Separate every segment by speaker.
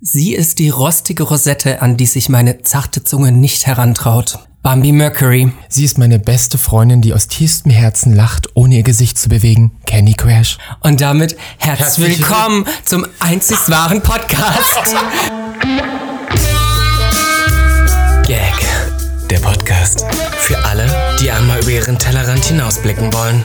Speaker 1: Sie ist die rostige Rosette, an die sich meine zarte Zunge nicht herantraut. Bambi Mercury.
Speaker 2: Sie ist meine beste Freundin, die aus tiefstem Herzen lacht, ohne ihr Gesicht zu bewegen. Candy Crash.
Speaker 1: Und damit herzlich, herzlich willkommen zum einzig wahren Podcast.
Speaker 3: Gag. Der Podcast.
Speaker 1: Für alle, die einmal über ihren Tellerrand hinausblicken wollen.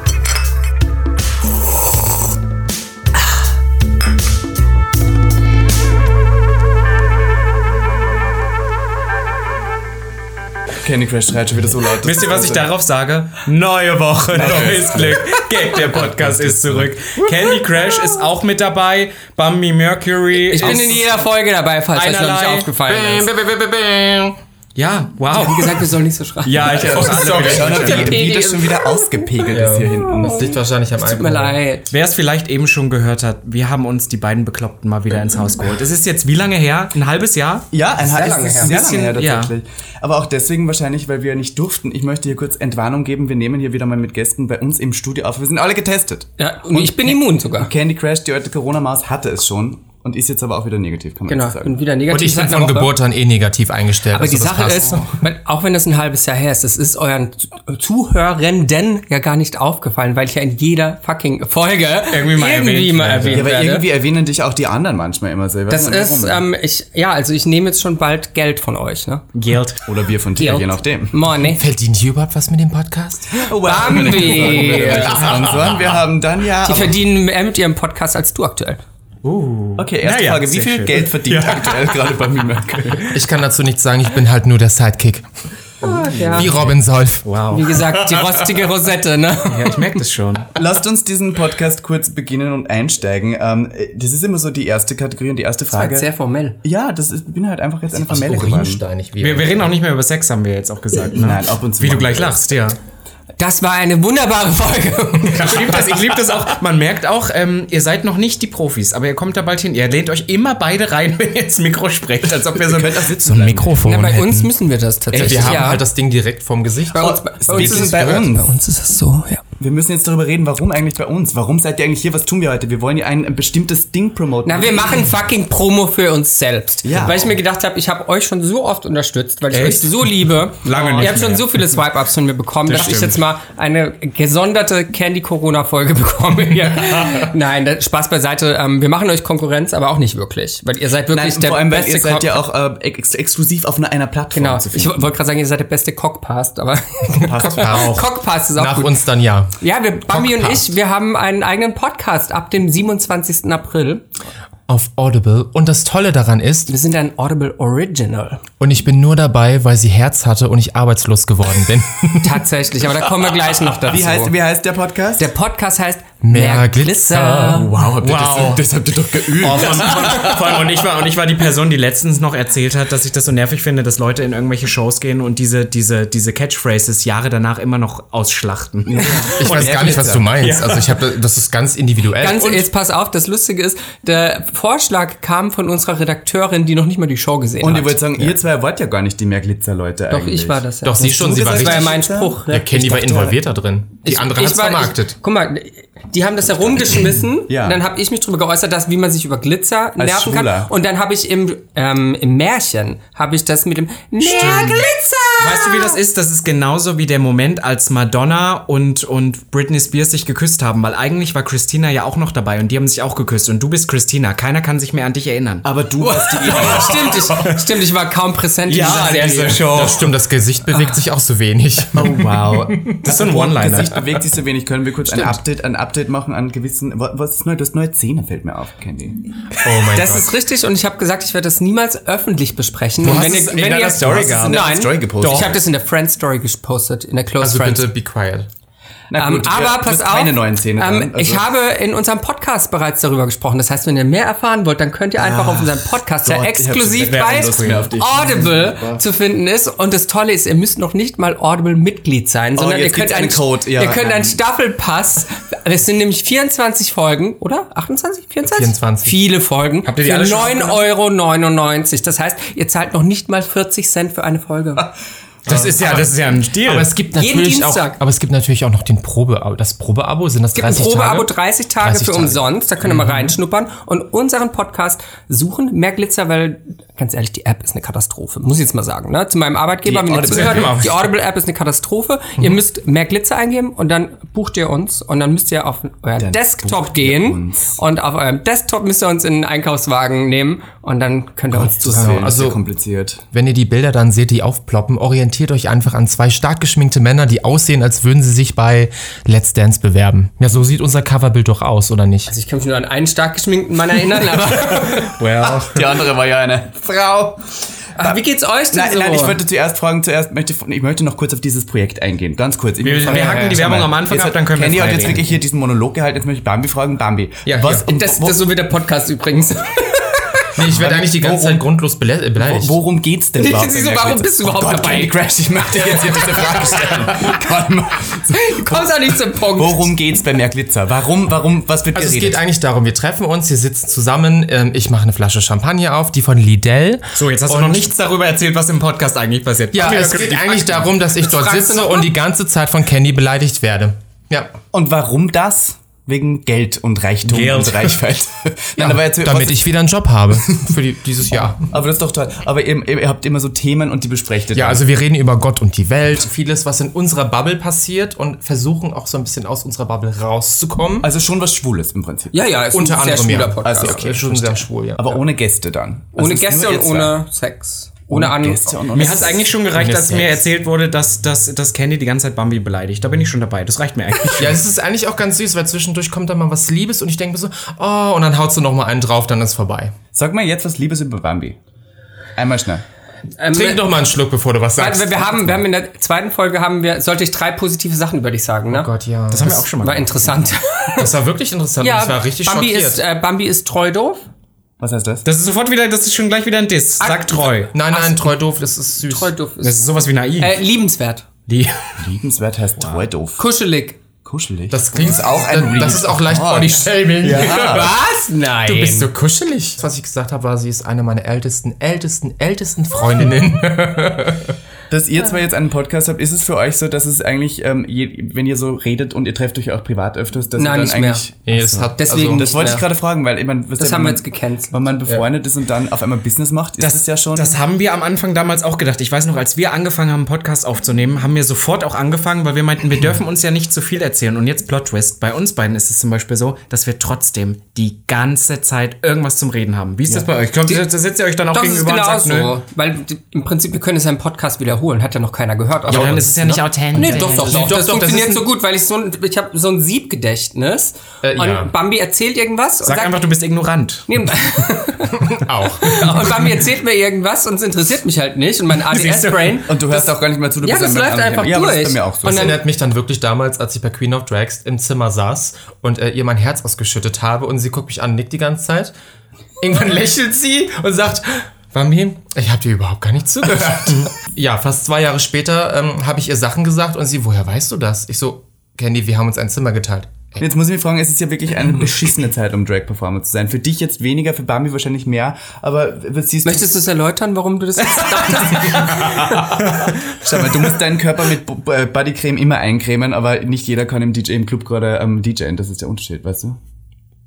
Speaker 4: Candy Crush schreit schon wieder so laut. dass
Speaker 5: Wisst ihr, was ich
Speaker 4: Wahnsinn.
Speaker 5: darauf sage? Neue Woche, neues Glück. Gag, der Podcast ist zurück. Candy Crash ist auch mit dabei. Bambi Mercury.
Speaker 1: Ich bin
Speaker 5: ist-
Speaker 1: in jeder Folge dabei, falls euch noch
Speaker 5: Einerlei.
Speaker 1: nicht aufgefallen ist.
Speaker 5: Ja, wow.
Speaker 1: Wie gesagt, wir sollen nicht so schreien.
Speaker 5: Ja, ich hab's alle wieder-
Speaker 3: Wie das schon wieder ausgepegelt ist hier hinten.
Speaker 4: Das liegt wahrscheinlich am
Speaker 1: Tut mir leid.
Speaker 5: Wer es vielleicht eben schon gehört hat, wir haben uns die beiden Bekloppten mal wieder ins Haus geholt. Es ist jetzt wie lange her? Ein halbes Jahr?
Speaker 4: Ja,
Speaker 1: Sehr
Speaker 4: ein sehr
Speaker 1: lange
Speaker 4: lange
Speaker 1: her.
Speaker 4: Ein bisschen,
Speaker 5: Bisschen,
Speaker 4: her
Speaker 5: ja.
Speaker 4: tatsächlich. Aber auch deswegen wahrscheinlich, weil wir nicht durften. Ich möchte hier kurz Entwarnung geben. Wir nehmen hier wieder mal mit Gästen bei uns im Studio auf. Wir sind alle getestet.
Speaker 1: Ja, und ich bin immun sogar.
Speaker 4: Candy Crash, die alte Corona-Maus, hatte es schon und ist jetzt aber auch wieder negativ, kann man
Speaker 1: Genau,
Speaker 4: jetzt sagen.
Speaker 1: bin wieder negativ.
Speaker 2: Und ich bin
Speaker 1: seit einer
Speaker 2: von
Speaker 1: Woche.
Speaker 2: Geburt an eh negativ eingestellt.
Speaker 1: Aber die Sache ist, wenn, auch wenn das ein halbes Jahr her ist, es ist euren Z- Zuhörenden ja gar nicht aufgefallen, weil ich ja in jeder fucking Folge
Speaker 5: Irgendwie mal erwähnt
Speaker 1: mal
Speaker 5: werde.
Speaker 1: erwähnt
Speaker 4: ja, aber
Speaker 1: werde.
Speaker 4: irgendwie erwähnen dich auch die anderen manchmal immer selber.
Speaker 1: das ist, ähm, ich, ja, also ich nehme jetzt schon bald Geld von euch, ne?
Speaker 5: Geld.
Speaker 4: Oder wir von dir, je nachdem.
Speaker 1: Money.
Speaker 2: Verdient hier überhaupt was mit dem Podcast?
Speaker 4: Oh, Wow.
Speaker 1: Bambi.
Speaker 4: Wir haben dann ja...
Speaker 1: Die verdienen mehr mit ihrem Podcast als du aktuell.
Speaker 4: Okay, erste
Speaker 5: Naja,
Speaker 4: Frage. Wie
Speaker 5: sehr
Speaker 4: viel
Speaker 5: schön.
Speaker 4: Geld verdient aktuell gerade bei mir Merkel?
Speaker 2: Ich kann dazu nichts sagen, ich bin halt nur der Sidekick. Wie Robin Solf.
Speaker 1: Wie gesagt, die rostige Rosette, ne?
Speaker 5: Ja, ich merke das schon.
Speaker 4: Lasst uns diesen Podcast kurz beginnen und einsteigen. Ähm, das ist immer so die erste Kategorie und die erste Frage.
Speaker 1: Sehr formell.
Speaker 4: ja, das ist, bin halt einfach jetzt eine formelle geworden.
Speaker 2: Urinsteinig.
Speaker 5: Wir, wir reden auch nicht mehr über Sex, haben wir jetzt auch gesagt. Ne?
Speaker 4: Nein, ab und zu
Speaker 5: Wie du
Speaker 4: machen
Speaker 5: gleich
Speaker 4: wir
Speaker 5: lachst, ja.
Speaker 1: Das war eine wunderbare Folge.
Speaker 5: Ich liebe das, ich lieb das auch. Man merkt auch, ähm, ihr seid noch nicht die Profis, aber ihr kommt da bald hin. Ihr lehnt euch immer beide rein, wenn ihr ins Mikro sprecht, als ob wir so ein
Speaker 2: So ein Mikrofon.
Speaker 1: Na, bei
Speaker 2: hätten.
Speaker 1: uns müssen wir das tatsächlich.
Speaker 2: wir haben
Speaker 1: ja.
Speaker 2: halt das Ding direkt vorm Gesicht.
Speaker 1: bei uns, bei
Speaker 4: Das
Speaker 1: uns
Speaker 4: ist
Speaker 1: ist es
Speaker 4: bei uns.
Speaker 1: Bei uns ist es so, ja.
Speaker 4: Wir müssen jetzt darüber reden, warum eigentlich bei uns? Warum seid ihr eigentlich hier? Was tun wir heute? Wir wollen ja ein, ein bestimmtes Ding promoten.
Speaker 1: Na, wir machen fucking Promo für uns selbst.
Speaker 4: Ja.
Speaker 1: Weil ich mir gedacht habe, ich habe euch schon so oft unterstützt, weil ich
Speaker 5: Echt?
Speaker 1: euch so liebe.
Speaker 5: Lange
Speaker 1: Ihr
Speaker 5: nicht
Speaker 1: habt schon
Speaker 5: mehr.
Speaker 1: so viele Swipe-Ups von mir bekommen, dass ich
Speaker 5: stimmt.
Speaker 1: jetzt mal eine gesonderte Candy-Corona-Folge bekomme hier. Nein, das, Spaß beiseite. Ähm, wir machen euch Konkurrenz, aber auch nicht wirklich. Weil ihr seid
Speaker 4: Nein,
Speaker 1: wirklich der
Speaker 4: vor allem, weil
Speaker 1: beste
Speaker 4: ihr seid
Speaker 1: Cock-
Speaker 4: ja auch äh, ex exklusiv auf einer, einer Plattform
Speaker 1: Genau.
Speaker 4: zu
Speaker 1: Ich
Speaker 4: finden.
Speaker 1: wollte gerade sagen, ihr seid der beste Cockpast, aber
Speaker 2: Auch.
Speaker 1: Cockpast ist auch
Speaker 2: Nach
Speaker 1: gut.
Speaker 2: uns dann ja.
Speaker 1: Ja, wir, Bambi und
Speaker 2: Cockpast.
Speaker 1: ich, wir haben einen eigenen Podcast ab dem 27. April.
Speaker 2: Auf Audible. Und das Tolle daran ist,
Speaker 1: Wir sind ein Audible Original.
Speaker 2: und ich bin nur dabei, weil sie Herz hatte und ich arbeitslos geworden bin.
Speaker 1: Tatsächlich, aber da kommen wir gleich noch dazu.
Speaker 4: Wie heißt, wie heißt der Podcast?
Speaker 1: der Podcast heißt
Speaker 2: Mehr
Speaker 1: Mehr
Speaker 2: Glitzer.
Speaker 1: Glitzer.
Speaker 4: wow, habt ihr
Speaker 5: Wow.
Speaker 4: Das, das habt ihr doch geübt.
Speaker 5: Oh, von, von, vor allem, und ich, war, und ich war die Person, die letztens noch erzählt hat, dass ich das so nervig finde, dass Leute in irgendwelche Shows gehen und diese, diese, diese Catchphrases Jahre danach immer noch ausschlachten.
Speaker 2: Ich weiß gar nicht, was du meinst. Also ich habe, das ist ganz individuell.
Speaker 1: Ganz,
Speaker 2: und
Speaker 1: jetzt pass auf, das Lustige ist, der Vorschlag kam von unserer Redakteurin, die noch nicht mal die Show gesehen
Speaker 4: Und
Speaker 1: hat.
Speaker 4: ihr wollt sagen, ihr zwei wart ja gar nicht die mehr Glitzer-Leute
Speaker 1: Doch,
Speaker 4: eigentlich.
Speaker 1: ich war das ja.
Speaker 2: doch, sie schon, sie war
Speaker 4: gesagt,
Speaker 1: Das war ja
Speaker 2: richtig.
Speaker 1: mein Spruch.
Speaker 2: Ja, Candy war involviert da drin. Die andere
Speaker 1: Ich
Speaker 2: hat's
Speaker 1: war-
Speaker 2: vermarktet.
Speaker 1: Ich, guck mal, die haben das ja rumgeschmissen.
Speaker 4: Ja.
Speaker 1: Und dann habe ich mich drüber geäußert, dass wie man sich über Glitzer nerven kann.
Speaker 4: Schwuler.
Speaker 1: Und dann habe ich im, ähm, im Märchen habe ich das mit dem Mehr Glitzer.
Speaker 5: Weißt du, wie das ist? Das ist genauso wie der Moment, als Madonna und, und Britney Spears sich geküsst haben, weil eigentlich war Christina ja auch noch dabei und die haben sich auch geküsst und du bist Christina. Keiner kann sich mehr an dich erinnern.
Speaker 4: Aber du hast die
Speaker 1: stimmt, ich, stimmt, ich war kaum präsent in dieser Serie.
Speaker 2: Das stimmt, das Gesicht bewegt sich auch so wenig.
Speaker 4: Wow. Das
Speaker 5: Oh, ist so ein One-Liner.
Speaker 4: Gesicht bewegt sich so wenig. Können wir kurz ein Update, ein Update machen an gewissen. wa- Was ist neu? Das neue Zähne fällt mir auf, Candy.
Speaker 2: Oh mein
Speaker 1: Das
Speaker 2: Gott.
Speaker 1: ist richtig und ich habe gesagt, ich werde das niemals öffentlich besprechen. und
Speaker 2: hast es in deiner Story gehabt.
Speaker 4: Du hast es
Speaker 1: Nein,
Speaker 4: in deiner Story gepostet.
Speaker 1: ich habe das in der Friend Story gepostet, in der Close
Speaker 2: also
Speaker 1: Friends.
Speaker 2: bitte be quiet.
Speaker 4: Na
Speaker 1: Ähm,
Speaker 4: wir-
Speaker 1: aber
Speaker 4: äh, du
Speaker 1: pass
Speaker 4: hast
Speaker 1: auf,
Speaker 4: Keine neuen Zähne.
Speaker 1: ähm,
Speaker 4: dran, also-
Speaker 1: ich habe in unserem Podcast bereits darüber gesprochen. Das heißt, wenn ihr mehr erfahren wollt, dann könnt ihr einfach auf unserem Podcast, der
Speaker 4: Gott, ich hab
Speaker 1: exklusiv
Speaker 4: schon keine
Speaker 1: bei
Speaker 4: Lust mehr auf dich.
Speaker 1: Audible zu finden ist. Und das Tolle ist, ihr müsst noch nicht mal Audible-Mitglied sein, sondern
Speaker 4: Oh, jetzt
Speaker 1: ihr könnt
Speaker 4: gibt's einen Code, ja. ähm,
Speaker 1: ihr könnt einen
Speaker 4: Nein.
Speaker 1: Staffelpass. Es sind nämlich 24 Folgen, oder? 28? 24?
Speaker 2: 24.
Speaker 1: Viele Folgen.
Speaker 2: ihr die alle
Speaker 1: für
Speaker 2: schon
Speaker 1: 9,99 Euro. Das heißt, ihr zahlt noch nicht mal 40 Cent für eine Folge.
Speaker 5: Das ist ja, das ist ja ein Stil.
Speaker 2: Aber es gibt
Speaker 1: Jeden
Speaker 2: natürlich auch,
Speaker 1: Dienstag.
Speaker 2: aber es gibt natürlich auch noch den Probe, das Probeabo sind das
Speaker 1: gibt ein
Speaker 2: 30
Speaker 1: Probeabo
Speaker 2: Tage. Genau,
Speaker 1: 30 Tage
Speaker 2: 30
Speaker 1: für
Speaker 2: Tage.
Speaker 1: umsonst. Da könnt ihr mal reinschnuppern und unseren Podcast suchen. Mehr Glitzer, weil ganz ehrlich, die App ist eine Katastrophe. Muss ich jetzt mal sagen. Ne? Zu meinem Arbeitgeber,
Speaker 5: Die
Speaker 1: wenn ihr
Speaker 5: Audible-
Speaker 1: zuhört, die Audible-App ist eine Katastrophe. Ihr müsst mehr Glitzer eingeben und dann bucht ihr uns und dann müsst ihr auf euren Desktop gehen und auf eurem Desktop müsst ihr uns in den Einkaufswagen nehmen und dann könnt ihr uns zuhören.
Speaker 4: Genau, also kompliziert.
Speaker 2: Wenn ihr die Bilder dann seht, die aufploppen, orientiert euch einfach an zwei stark geschminkte Männer, die aussehen, als würden sie sich bei Let's Dance bewerben. Ja, so sieht unser Coverbild doch aus, oder nicht?
Speaker 1: Also ich kann mich nur an einen stark geschminkten Mann erinnern, aber
Speaker 2: Well.
Speaker 4: Die andere war ja eine Frau.
Speaker 1: Ach, wie geht's euch denn
Speaker 4: Nein,
Speaker 1: so?
Speaker 4: nein, ich wollte zuerst fragen, zuerst möchte ich- ich möchte noch kurz auf dieses Projekt eingehen. Ganz kurz. Ich
Speaker 5: Wir-
Speaker 4: muss-
Speaker 5: wir hacken die Werbung am Anfang
Speaker 4: jetzt
Speaker 5: ab, dann können wir
Speaker 4: Kenny
Speaker 5: frei
Speaker 4: hat jetzt
Speaker 5: reden.
Speaker 4: wirklich hier diesen Monolog gehalten, jetzt möchte ich Bambi fragen. Bambi,
Speaker 5: Ja,
Speaker 4: was,
Speaker 5: hier.
Speaker 4: um,
Speaker 1: das,
Speaker 4: wo,
Speaker 1: das ist so wie der Podcast übrigens.
Speaker 2: Nee, ich werde eigentlich die ganze Zeit grundlos bele- äh, beleidigt.
Speaker 4: worum geht's denn
Speaker 1: Ich
Speaker 4: überhaupt?
Speaker 1: sehe so,
Speaker 4: in der
Speaker 1: warum
Speaker 4: Kurz-
Speaker 1: bist du
Speaker 4: oh
Speaker 1: überhaupt
Speaker 4: Gott,
Speaker 1: dabei?
Speaker 4: Candy Crash, ich möchte jetzt hier diese Frage stellen. Kann man-
Speaker 1: Du kommst auch nicht zum Punkt.
Speaker 4: Worum geht's bei mehr Glitzer? Warum, warum, was wird
Speaker 2: Also es
Speaker 4: geredet?
Speaker 2: geht eigentlich darum, wir treffen uns, wir sitzen zusammen, ähm, ich mache eine Flasche Champagner auf, die von Lidl.
Speaker 5: So, jetzt hast du
Speaker 2: Und-
Speaker 5: noch nichts darüber erzählt, was im Podcast eigentlich passiert.
Speaker 2: Ja,
Speaker 5: Komm, wir
Speaker 2: es
Speaker 5: können
Speaker 2: geht
Speaker 5: die
Speaker 2: eigentlich
Speaker 5: Fakten.
Speaker 2: darum, dass ich dort
Speaker 1: fragst du
Speaker 2: sitze
Speaker 1: noch?
Speaker 2: und die ganze Zeit von Candy beleidigt werde. Ja,
Speaker 4: und warum das? Wegen Geld und Reichtum
Speaker 5: Geld.
Speaker 4: und Reichweite. Nein, aber jetzt,
Speaker 2: damit
Speaker 4: was-
Speaker 2: ich wieder einen Job habe für die, dieses Jahr.
Speaker 4: Aber das ist doch toll. Aber ihr, ihr habt immer so Themen und die besprecht ihr
Speaker 2: Ja,
Speaker 4: dann.
Speaker 2: also wir reden über Gott und die Welt, Also vieles, was in unserer Bubble passiert und versuchen auch so ein bisschen aus unserer Bubble rauszukommen.
Speaker 4: Also schon was Schwules im Prinzip.
Speaker 1: Ja, ja, ist
Speaker 2: Unter
Speaker 1: ein sehr
Speaker 2: anderem,
Speaker 1: schwuler
Speaker 2: ja.
Speaker 1: Podcast.
Speaker 2: Also, okay, schon sehr schwul, ja.
Speaker 4: Aber ohne Gäste dann. Also
Speaker 1: Ohne
Speaker 4: es ist
Speaker 1: Gäste
Speaker 4: nur
Speaker 1: und
Speaker 4: ihr zwei.
Speaker 1: ohne Sex. Ohne,
Speaker 4: Ohne
Speaker 1: ohne
Speaker 4: Gäste und ohne
Speaker 5: Mir hat es eigentlich schon gereicht,
Speaker 2: Mir
Speaker 5: dass
Speaker 2: ist
Speaker 5: mir
Speaker 2: jetzt-
Speaker 5: erzählt wurde, dass, dass, dass Candy die ganze Zeit Bambi beleidigt. Da bin ich schon dabei. Das reicht mir eigentlich.
Speaker 2: Ja, es ist eigentlich auch ganz süß, weil zwischendurch kommt dann mal was Liebes und ich denke mir so, oh, und dann haut sie noch mal einen drauf, dann ist vorbei.
Speaker 4: Sag mal jetzt was Liebes über Bambi. Einmal schnell.
Speaker 1: Ähm,
Speaker 2: Trink noch mal einen Schluck, bevor du was
Speaker 1: weil
Speaker 2: sagst.
Speaker 1: wir, wir haben, wir haben in der zweiten Folge haben wir, sollte ich drei positive Sachen über dich sagen, ne?
Speaker 2: Oh Gott, ja. Das,
Speaker 5: haben wir auch schon
Speaker 1: War interessant.
Speaker 2: das war wirklich interessant. und ich war richtig
Speaker 1: Bambi
Speaker 2: schockiert.
Speaker 1: ist, äh, Bambi ist treu doof.
Speaker 4: Was heißt das?
Speaker 5: Das ist sofort wieder, das ist schon gleich wieder ein Diss.
Speaker 1: Ah.
Speaker 5: Sag treu.
Speaker 2: nein, nein, treu doof, das ist süß.
Speaker 1: Treu doof
Speaker 5: Das
Speaker 1: ist.
Speaker 5: ist sowas wie naiv.
Speaker 1: Äh, liebenswert.
Speaker 5: Die.
Speaker 4: Liebenswert heißt wow. treu doof.
Speaker 1: Kuschelig.
Speaker 4: Kuschelig. Oh,
Speaker 2: Das klingt auch
Speaker 4: ein
Speaker 2: Das ist auch leicht
Speaker 4: Reach.
Speaker 2: body shaming.
Speaker 1: Was? Nein.
Speaker 2: Ah. Du bist so kuschelig. Was ich gesagt habe, war, sie ist eine meiner ältesten, ältesten, ältesten Freundinnen.
Speaker 4: dass ihr zwar jetzt einen Podcast habt, ist es für euch so, dass es eigentlich, ähm, je, wenn ihr so redet und ihr trefft euch auch privat öfters, dass
Speaker 1: Nein,
Speaker 4: ihr
Speaker 1: nicht
Speaker 4: dann
Speaker 1: mehr.
Speaker 4: eigentlich.
Speaker 2: Nee, das hat,
Speaker 1: Deswegen-
Speaker 4: Das wollte ich
Speaker 1: mehr.
Speaker 4: gerade fragen, weil ich mein, wisst
Speaker 1: Das
Speaker 4: ihr, wenn
Speaker 1: haben wir
Speaker 4: man-
Speaker 1: jetzt gecancelt.
Speaker 4: Wenn man befreundet ist und dann auf einmal Business macht, ist das, ja schon.
Speaker 5: Das haben wir am Anfang damals auch gedacht. Ich weiß noch, als wir angefangen haben, einen Podcast aufzunehmen, haben wir sofort auch angefangen, weil wir meinten, wir dürfen uns ja nicht zu viel erzählen. Und jetzt Plot Twist. Bei uns beiden ist es zum Beispiel so, dass wir trotzdem die ganze Zeit irgendwas zum Reden haben. Wie ist das bei euch? Kommt, da sitzt ihr euch dann auch
Speaker 1: das ist
Speaker 5: gegenüber und
Speaker 1: genau
Speaker 5: sagt, nö.
Speaker 1: so. Weil die- im Prinzip, wir können es ja im Podcast wiederholen. Hat ja noch keiner gehört.
Speaker 5: Ja,
Speaker 1: Aber- ne?
Speaker 5: aber dann ist es ja nicht authentisch.
Speaker 1: Nee, doch, doch, doch.
Speaker 2: doch,
Speaker 1: Das
Speaker 2: doch, das
Speaker 1: funktioniert
Speaker 2: ist ein-
Speaker 1: so gut, weil ich so ein, ich habe so ein Siebgedächtnis.
Speaker 2: Äh,
Speaker 1: und
Speaker 2: ja.
Speaker 1: Bambi erzählt irgendwas und
Speaker 5: Sag
Speaker 1: sagt,
Speaker 5: einfach, du bist ignorant.
Speaker 1: Nee,
Speaker 2: also auch.
Speaker 1: und Bambi erzählt mir irgendwas und es interessiert mich halt nicht und mein
Speaker 5: Siehst du?
Speaker 1: ADS-Brain.
Speaker 4: und du hörst auch gar nicht mehr zu, du
Speaker 1: Ja,
Speaker 4: bist
Speaker 1: das
Speaker 4: am
Speaker 1: läuft
Speaker 4: anderen
Speaker 1: einfach
Speaker 4: Thema. ja, aber Das ist
Speaker 1: durch.
Speaker 4: bei mir auch so.
Speaker 1: Und
Speaker 2: Das
Speaker 1: dann-
Speaker 2: erinnert mich dann wirklich damals, als ich bei Queen of Drags im Zimmer saß und äh, ihr mein Herz ausgeschüttet habe und sie guckt mich an, nickt die ganze Zeit. Irgendwann lächelt sie und sagt, Bambi, ich habe dir überhaupt gar nicht zugehört. ja, fast zwei Jahre später ähm, habe ich ihr Sachen gesagt und sie, woher weißt du das? Ich so, Candy, wir haben uns ein Zimmer geteilt. Ey,
Speaker 4: Jetzt muss ich mich fragen, es ist ja wirklich eine beschissene Zeit, um Drag Performer zu sein. Für dich jetzt weniger, für Bambi wahrscheinlich mehr, aber was siehst
Speaker 1: Möchtest du es erläutern, warum du das jetzt
Speaker 4: du, schau mal, du musst deinen Körper mit Bo- äh, Bodycreme immer eincremen, aber nicht jeder kann im DJ im Club gerade ähm, DJen, das ist der Unterschied, weißt du?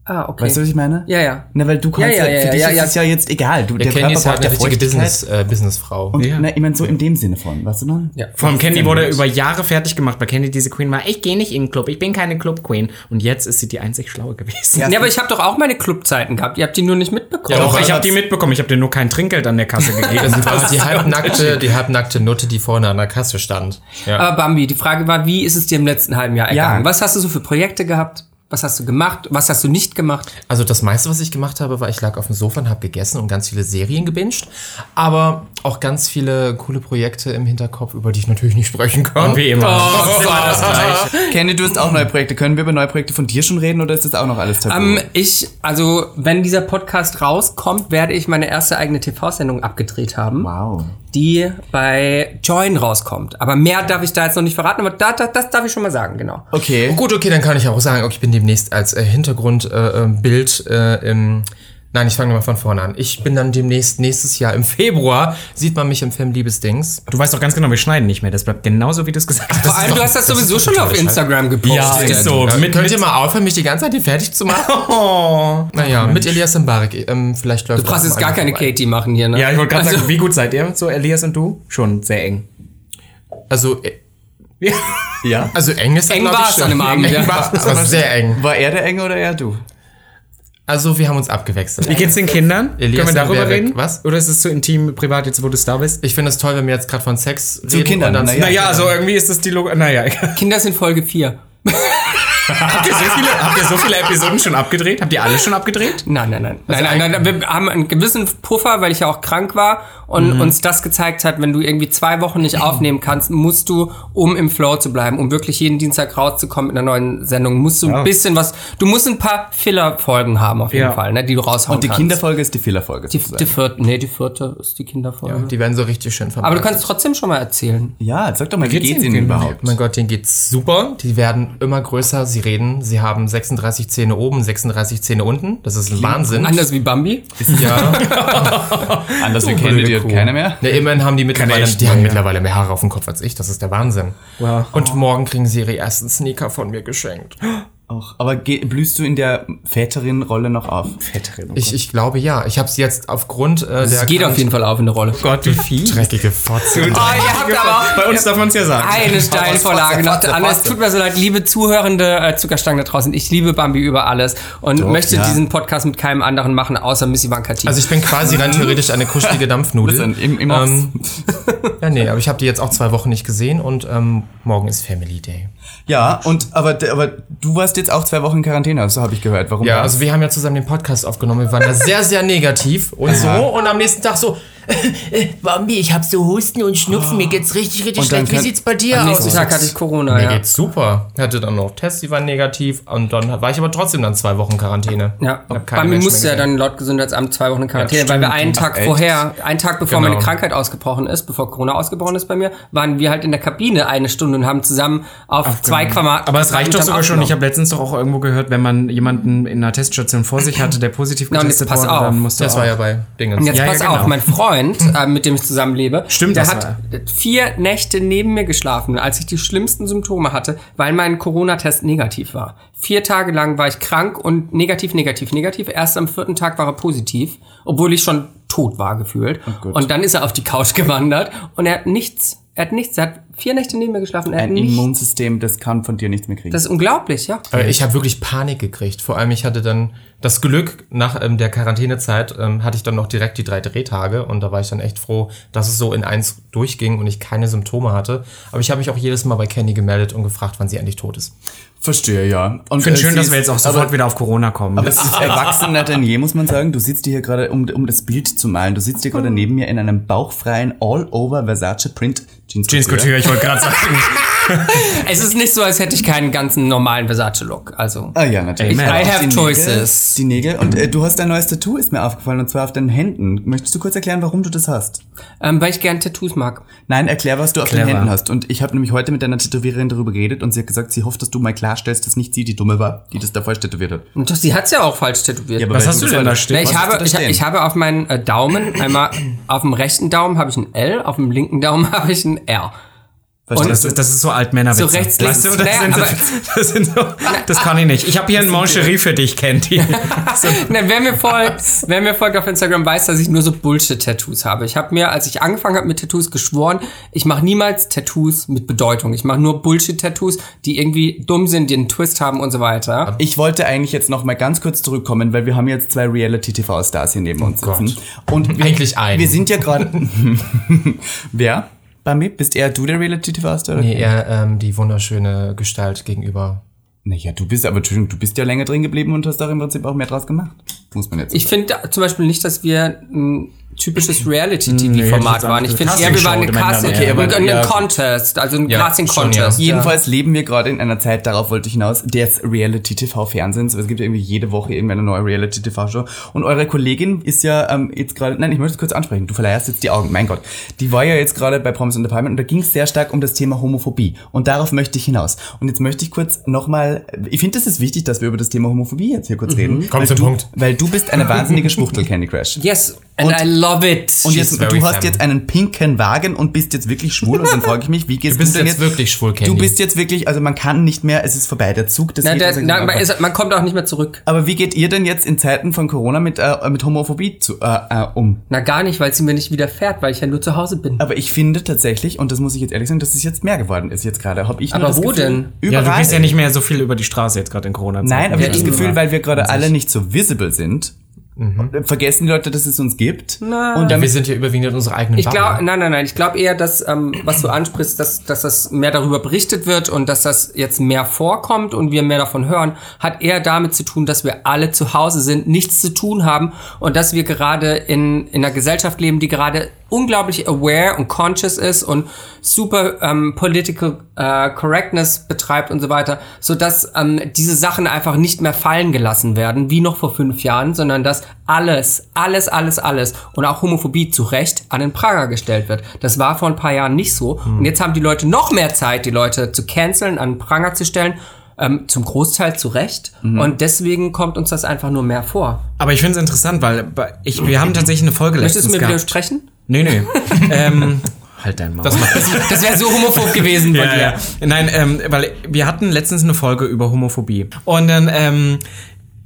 Speaker 1: Ah, okay.
Speaker 4: Weißt du, was ich meine?
Speaker 1: Ja, ja.
Speaker 5: Ne,
Speaker 4: Na, weil du kannst ja,
Speaker 1: ja, ja,
Speaker 4: für dich
Speaker 1: ja,
Speaker 4: ist
Speaker 1: ja.
Speaker 4: es ja jetzt egal, du,
Speaker 2: der Candy ist halt eine richtige
Speaker 4: Feuchtigkeit.
Speaker 2: Business, äh, Businessfrau.
Speaker 4: Und,
Speaker 5: Ja.
Speaker 4: Na, ich meine, so in dem Sinne von, weißt du ne? noch? Ja.
Speaker 5: Vor allem Candy wurde über Jahre fertig gemacht, weil Candy diese Queen war, ich gehe nicht in den Club, ich bin keine Club-Queen. Und jetzt ist sie die einzig Schlaue gewesen.
Speaker 1: Nee, aber ich habe doch auch meine Clubzeiten gehabt. Ihr habt die nur nicht mitbekommen.
Speaker 5: Doch, ich
Speaker 2: aber
Speaker 5: habe die mitbekommen, ich habe dir nur kein Trinkgeld an der Kasse gegeben.
Speaker 2: Also die halbnackte, die halbnackte Nutte, die vorne an der Kasse stand. Ja.
Speaker 1: Aber Bambi, die Frage war, wie ist es dir im letzten halben Jahr ergangen? Was hast du so für Projekte gehabt? Was hast du gemacht? Was hast du nicht gemacht?
Speaker 2: Also das meiste, was ich gemacht habe, war, ich lag auf dem Sofa und habe gegessen und ganz viele Serien gebinged, aber auch ganz viele coole Projekte im Hinterkopf, über die ich natürlich nicht sprechen kann.
Speaker 5: Wie immer.
Speaker 4: Candy, du hast auch neue Projekte. Können wir über neue Projekte von dir schon reden oder ist das auch noch alles tabu?
Speaker 1: Ähm, ich, also, wenn dieser Podcast rauskommt, werde ich meine erste eigene TV-Sendung abgedreht haben.
Speaker 4: wow.
Speaker 1: die bei Join rauskommt. Aber mehr darf ich da jetzt noch nicht verraten, aber da, da, das darf ich schon mal sagen, genau.
Speaker 4: Okay.
Speaker 2: Oh Gut, okay, dann kann ich auch sagen, okay, ich bin demnächst als äh, Hintergrundbild äh, ähm, Bild, äh, im Nein, ich fange nochmal von vorne an. Ich bin dann demnächst, nächstes Jahr im Februar, sieht man mich im Film Liebesdings.
Speaker 5: Du weißt doch ganz genau, wir schneiden nicht mehr. Das bleibt genauso, wie du es gesagt hast.
Speaker 1: Vor allem, du hast das sowieso schon auf Instagram gepostet.
Speaker 5: Ja, ist so.
Speaker 2: Damit
Speaker 5: Mit,
Speaker 2: könnt
Speaker 5: mit,
Speaker 2: ihr mal aufhören, mich die ganze Zeit hier fertig zu machen.
Speaker 5: Oh.
Speaker 2: naja, mit Elias Mbarek. Ähm, vielleicht läuft
Speaker 1: Du brauchst jetzt gar keine Katie machen hier, ne?
Speaker 5: ja, ich wollte gerade sagen, wie gut seid ihr? So, Elias und du? Schon sehr eng.
Speaker 2: Also, äh,
Speaker 4: Ja.
Speaker 2: also eng ist
Speaker 1: Eng
Speaker 2: glaub ich,
Speaker 1: war's
Speaker 2: schon.
Speaker 1: an dem Abend,
Speaker 2: Eng
Speaker 1: ja.
Speaker 2: war's, aber sehr eng.
Speaker 4: War er der Enge oder er du?
Speaker 2: Also, wir haben uns abgewechselt.
Speaker 5: Wie geht's den Kindern?
Speaker 2: Elias
Speaker 5: Können wir darüber
Speaker 2: und Berek.
Speaker 5: reden?
Speaker 2: Was?
Speaker 5: Oder ist es zu intim, privat, jetzt wo du da bist?
Speaker 2: Ich finde es toll, wenn wir jetzt gerade von Sex reden. und
Speaker 4: Kindern,
Speaker 2: dann-
Speaker 4: na ja.
Speaker 5: Naja, also irgendwie ist das die Log... Naja, egal.
Speaker 1: Kinder sind Folge 4.
Speaker 5: Habt ihr, so viele, habt ihr so viele Episoden schon abgedreht? Habt ihr alle schon abgedreht?
Speaker 1: Nein, nein, nein. Nein, nein, nein. Wir haben einen gewissen Puffer, weil ich ja auch krank war und uns das gezeigt hat, wenn du irgendwie zwei Wochen nicht aufnehmen kannst, musst du, um im Flow zu bleiben, um wirklich jeden Dienstag rauszukommen mit einer neuen Sendung, musst du ein bisschen was, du musst ein paar Filler-Folgen haben auf jeden
Speaker 5: Ja.
Speaker 1: Fall, ne, die du raushauen
Speaker 4: Und die
Speaker 1: kannst.
Speaker 4: Kinderfolge ist die Fehlerfolge.
Speaker 1: Die, die vierte, nee, die vierte ist die Kinderfolge.
Speaker 2: Die werden so richtig schön verbreitet.
Speaker 1: Aber du kannst es trotzdem schon mal erzählen.
Speaker 4: Ja, sag doch mal, wie
Speaker 5: geht's
Speaker 4: geht's
Speaker 5: Ihnen
Speaker 4: Ihnen überhaupt?
Speaker 2: Oh Mein Gott, denen geht's super. Die werden immer größer. Sie reden. Sie haben 36 Zähne oben, 36 Zähne unten. Das ist ein Wahnsinn.
Speaker 1: Anders wie Bambi.
Speaker 2: Ja.
Speaker 4: Anders wie Kennedy
Speaker 2: blöde
Speaker 4: hat
Speaker 2: Kuh.
Speaker 4: keiner mehr.
Speaker 2: Ja, immerhin haben die mittlerweile,
Speaker 5: echt
Speaker 2: die haben
Speaker 5: mehr, ja.
Speaker 2: mittlerweile mehr Haare auf dem Kopf als ich. Das ist der Wahnsinn.
Speaker 5: Wow.
Speaker 2: Und morgen kriegen sie ihre ersten Sneaker von mir geschenkt.
Speaker 4: Auch. Aber ge- blühst du in der Väterin-Rolle noch auf?
Speaker 2: Ich, ich glaube ja. Ich habe sie jetzt aufgrund äh, der.
Speaker 1: Das geht auf jeden Fall auf in der Rolle.
Speaker 5: Gott, wie viel?
Speaker 2: Dreckige Fotze.
Speaker 1: Oh,
Speaker 4: Ah,
Speaker 1: ihr habt aber
Speaker 5: Bei uns darf man es ja sagen.
Speaker 1: eine Steilvorlage nach der anderen. Es tut mir so leid, liebe Zuhörende, äh, Zuckerstangen da draußen. Ich liebe Bambi über alles und möchte
Speaker 4: ja.
Speaker 1: diesen Podcast mit keinem anderen machen, außer Missy Vankati.
Speaker 2: Also ich bin quasi rein theoretisch eine kuschelige Dampfnudel. Ähm,
Speaker 4: Listen, im- im
Speaker 2: ja, nee, aber ich habe die jetzt auch zwei Wochen nicht gesehen und ähm, morgen ist Family Day.
Speaker 4: Ja, und aber, d- aber du warst jetzt auch zwei Wochen in Quarantäne, also habe ich gehört. Warum?
Speaker 2: Ja,
Speaker 4: war's?
Speaker 2: also wir haben ja zusammen den Podcast aufgenommen. Wir waren da sehr, sehr negativ und so. Und am nächsten Tag so, Bambi, ich hab so Husten und Schnupfen, mir geht's richtig, richtig
Speaker 4: Und dann
Speaker 2: schlecht. Wie
Speaker 4: kann-
Speaker 2: sieht's bei dir
Speaker 1: am
Speaker 2: aus?
Speaker 1: nächsten Tag hatte ich Corona,
Speaker 2: Mir
Speaker 1: ja.
Speaker 2: geht's super. Ich hatte dann noch Tests, die waren negativ. Und dann war ich aber trotzdem dann zwei Wochen Quarantäne.
Speaker 1: ja,
Speaker 2: Hab keinen
Speaker 1: Bambi
Speaker 2: Menschen
Speaker 1: musste
Speaker 2: mehr
Speaker 1: ja
Speaker 2: gesehen.
Speaker 1: dann laut Gesundheitsamt zwei Wochen in Quarantäne,
Speaker 4: Ja,
Speaker 1: weil wir
Speaker 4: stimmt.
Speaker 1: einen Tag
Speaker 4: Ach, echt?
Speaker 1: vorher, einen Tag bevor
Speaker 2: Genau.
Speaker 1: meine Krankheit ausgebrochen ist, bevor Corona ausgebrochen ist bei mir, waren wir halt in der Kabine eine Stunde und haben zusammen auf zwei Quadratmeter
Speaker 5: Genau. Aber es reicht doch sogar schon.
Speaker 1: aufgenommen.
Speaker 5: Ich habe letztens doch auch irgendwo gehört, wenn man jemanden in einer Teststation vor sich hatte, der positiv
Speaker 1: und
Speaker 5: getestet
Speaker 1: jetzt pass
Speaker 5: wurde, dann
Speaker 1: auf.
Speaker 5: musste
Speaker 2: Das
Speaker 5: auch-
Speaker 2: war ja bei Dingens.
Speaker 1: Und jetzt
Speaker 5: Ja, ja,
Speaker 1: pass
Speaker 5: genau.
Speaker 1: auf, mein Freund, äh, mit dem ich zusammenlebe,
Speaker 5: Stimmt,
Speaker 1: der
Speaker 5: das
Speaker 1: hat
Speaker 5: war
Speaker 1: vier Nächte neben mir geschlafen, als ich die schlimmsten Symptome hatte, weil mein Corona-Test negativ war. Vier Tage lang war ich krank und negativ, negativ, negativ. Erst am vierten Tag war er positiv, obwohl ich schon tot war gefühlt.
Speaker 5: Oh
Speaker 1: und dann ist er auf die Couch gewandert und er hat nichts. Er hat nichts. Er hat vier Nächte neben mir geschlafen. Er hat
Speaker 5: Hm.
Speaker 4: ein
Speaker 1: nichts.
Speaker 4: Immunsystem, das kann von dir nichts mehr kriegen.
Speaker 1: Das ist unglaublich, ja.
Speaker 2: Aber ich habe wirklich Panik gekriegt. Vor allem, ich hatte dann das Glück, nach ähm, der Quarantänezeit ähm, hatte ich dann noch direkt die drei Drehtage und da war ich dann echt froh, dass es so in eins durchging und ich keine Symptome hatte. Aber ich habe mich auch jedes Mal bei Candy gemeldet und gefragt, wann sie endlich tot ist.
Speaker 4: Verstehe, ja. Und äh,
Speaker 5: Ich finde schön,
Speaker 2: Äh,
Speaker 5: dass wir jetzt auch sofort wieder auf Corona kommen.
Speaker 4: Aber es ist erwachsener denn je, muss man sagen. Du sitzt hier gerade, um, um das Bild zu malen, du sitzt hier
Speaker 5: Hm.
Speaker 4: gerade neben mir in einem bauchfreien All-Over Versace Print Jeans.
Speaker 5: Couture, ich wollte gerade sagen.
Speaker 1: Es ist nicht so, als hätte ich keinen ganzen normalen Versace-Look. Also.
Speaker 4: Ah ja, natürlich.
Speaker 5: Amen.
Speaker 4: Aber
Speaker 5: I
Speaker 4: auch
Speaker 1: have
Speaker 4: die
Speaker 1: choices.
Speaker 4: Nägel, die Nägel. Und äh, du hast ein neues Tattoo, ist mir aufgefallen, und zwar auf deinen Händen. Möchtest du kurz erklären, warum du das hast?
Speaker 1: Ähm, weil ich gern Tattoos mag.
Speaker 4: Nein, erklär, was du auf
Speaker 5: Clever.
Speaker 4: den Händen hast. Und ich habe nämlich heute mit deiner Tätowiererin darüber geredet und sie hat gesagt, sie hofft, dass du mal klarstellst, dass nicht sie die Dumme war, die das da falsch tätowiert hat.
Speaker 1: Und doch, sie hat's ja auch falsch tätowiert.
Speaker 4: aber
Speaker 5: Was
Speaker 4: weil
Speaker 5: hast du
Speaker 4: das
Speaker 5: denn
Speaker 4: war-
Speaker 5: da stehen?
Speaker 1: Nee, ich,
Speaker 4: Was hast
Speaker 1: habe,
Speaker 4: du
Speaker 1: ich,
Speaker 4: da stehen?
Speaker 1: ich habe auf meinen äh, Daumen einmal, auf dem rechten Daumen habe ich ein L, auf dem linken Daumen habe ich ein R.
Speaker 4: Verstehst
Speaker 5: Das,
Speaker 4: du?
Speaker 5: ist- das ist so Altmännerwitze.
Speaker 1: So rechts, links.
Speaker 5: Weißt du, das,
Speaker 1: Naja,
Speaker 5: sind,
Speaker 1: aber-
Speaker 5: das, sind so, das kann ich nicht. Ich habe hier ein Mancherie für dich, Candy. So,
Speaker 1: Na, wer, mir folgt, wer mir folgt auf Instagram weiß, dass ich nur so Bullshit-Tattoos habe. Ich habe mir, als ich angefangen habe mit Tattoos, geschworen, ich mache niemals Tattoos mit Bedeutung. Ich mache nur Bullshit-Tattoos, die irgendwie dumm sind, die einen Twist haben und so weiter.
Speaker 4: Ich wollte eigentlich jetzt noch mal ganz kurz zurückkommen, weil wir haben jetzt zwei Reality-TV-Stars hier neben uns
Speaker 2: Gott.
Speaker 4: sitzen. Und wir,
Speaker 2: Eigentlich einen.
Speaker 4: Wir sind ja gerade... Wer? Bambi? Bist eher du der Reality-TV-Star?
Speaker 2: Nee, eher ähm, die wunderschöne Gestalt gegenüber.
Speaker 4: Naja, du bist aber, Entschuldigung, du bist ja länger drin geblieben und hast da im Prinzip auch mehr draus gemacht. Muss man jetzt
Speaker 1: Ich finde zum Beispiel nicht, dass wir ein typisches Reality-TV-Format
Speaker 5: Nee,
Speaker 1: waren. Ich finde eher,
Speaker 5: Castingshow,
Speaker 1: wir waren eine
Speaker 5: wenn dann,
Speaker 1: Casting,
Speaker 5: ja. Okay,
Speaker 4: aber-
Speaker 1: und ein
Speaker 4: ja.
Speaker 1: Contest, also ein
Speaker 2: Ja, schon, ja.
Speaker 1: Casting-Contest.
Speaker 4: Jedenfalls leben wir gerade in einer Zeit, darauf wollte ich hinaus, des Reality-TV-Fernsehens. Es gibt ja irgendwie jede Woche irgendeine neue Reality-TV-Show. Und eure Kollegin ist ja ähm, jetzt gerade, nein, ich möchte es kurz ansprechen, du verleihst jetzt die Augen, mein Gott. Die war ja jetzt gerade bei Promis Entertainment und da ging es sehr stark um das Thema Homophobie. Und darauf möchte ich hinaus. Und jetzt möchte ich kurz nochmal, ich finde es ist wichtig, dass wir über das Thema Homophobie jetzt hier kurz reden.
Speaker 2: Kommt
Speaker 4: Weil
Speaker 2: zum
Speaker 4: du,
Speaker 2: Punkt.
Speaker 4: Weil du du bist eine wahnsinnige Schwuchtel, Candy Crash.
Speaker 1: Yes, and
Speaker 4: Und-
Speaker 1: I love it.
Speaker 4: Und
Speaker 2: She's
Speaker 4: jetzt,
Speaker 2: very
Speaker 4: du hast
Speaker 2: femme.
Speaker 4: jetzt einen pinken Wagen und bist jetzt wirklich schwul und dann frage ich mich, wie geht's
Speaker 2: Du bist
Speaker 4: dir denn
Speaker 2: jetzt wirklich schwul, Candy.
Speaker 4: Du bist jetzt wirklich, also man kann nicht mehr, es ist vorbei, der Zug, das
Speaker 1: na,
Speaker 4: geht
Speaker 1: der,
Speaker 4: uns nicht
Speaker 1: na,
Speaker 4: mehr
Speaker 1: man,
Speaker 4: vorbei.
Speaker 1: ist, man kommt auch nicht mehr zurück.
Speaker 4: Aber wie geht ihr denn jetzt in Zeiten von Corona mit, äh, mit Homophobie zu, äh, äh, um?
Speaker 1: Na gar nicht, weil sie mir nicht widerfährt, weil ich ja nur zu Hause bin.
Speaker 4: Aber ich finde tatsächlich, und das muss ich jetzt ehrlich sagen, dass es jetzt mehr geworden ist jetzt gerade. Hab ich nur
Speaker 1: Aber
Speaker 4: das
Speaker 1: wo
Speaker 4: Gefühl,
Speaker 1: denn?
Speaker 5: Ja,
Speaker 4: Überall.
Speaker 5: du bist ja nicht mehr so viel über die Straße jetzt gerade in corona -Zeiten.
Speaker 4: Nein, aber
Speaker 1: Ja,
Speaker 4: ich habe
Speaker 1: eben.
Speaker 4: das Gefühl, weil wir gerade alle nicht so visible sind,
Speaker 5: Mhm.
Speaker 4: vergessen die Leute, dass es uns gibt. Und
Speaker 2: wir
Speaker 4: damit
Speaker 2: sind ja überwiegend in unserer eigenen
Speaker 1: Ich glaube,
Speaker 2: Bubble.
Speaker 1: nein, nein, nein. Ich glaube eher, dass ähm, was du ansprichst, dass, dass das mehr darüber berichtet wird und dass das jetzt mehr vorkommt und wir mehr davon hören, hat eher damit zu tun, dass wir alle zu Hause sind, nichts zu tun haben und dass wir gerade in, in einer Gesellschaft leben, die gerade unglaublich aware und conscious ist und super ähm, political äh, correctness betreibt und so weiter, so dass ähm, diese Sachen einfach nicht mehr fallen gelassen werden, wie noch vor fünf Jahren, sondern dass alles, alles, alles, alles und auch Homophobie zu Recht an den Pranger gestellt wird. Das war vor ein paar Jahren nicht so.
Speaker 5: Hm.
Speaker 1: Und jetzt haben die Leute noch mehr Zeit, die Leute zu canceln, an den Pranger zu stellen. Ähm, zum Großteil zu Recht.
Speaker 5: Mhm.
Speaker 1: Und deswegen kommt uns das einfach nur mehr vor.
Speaker 5: Aber ich finde es interessant, weil bei- ich, wir haben tatsächlich eine Folge
Speaker 1: Möchtest du
Speaker 5: letztens
Speaker 1: mir
Speaker 5: gehabt.
Speaker 1: widersprechen?
Speaker 5: Nee, nee. ähm, halt dein Maul.
Speaker 2: Das macht
Speaker 1: Das wäre so homophob gewesen von
Speaker 5: ja,
Speaker 1: dir.
Speaker 5: ja. Nein, ähm, weil wir hatten letztens eine Folge über Homophobie. Und dann ähm,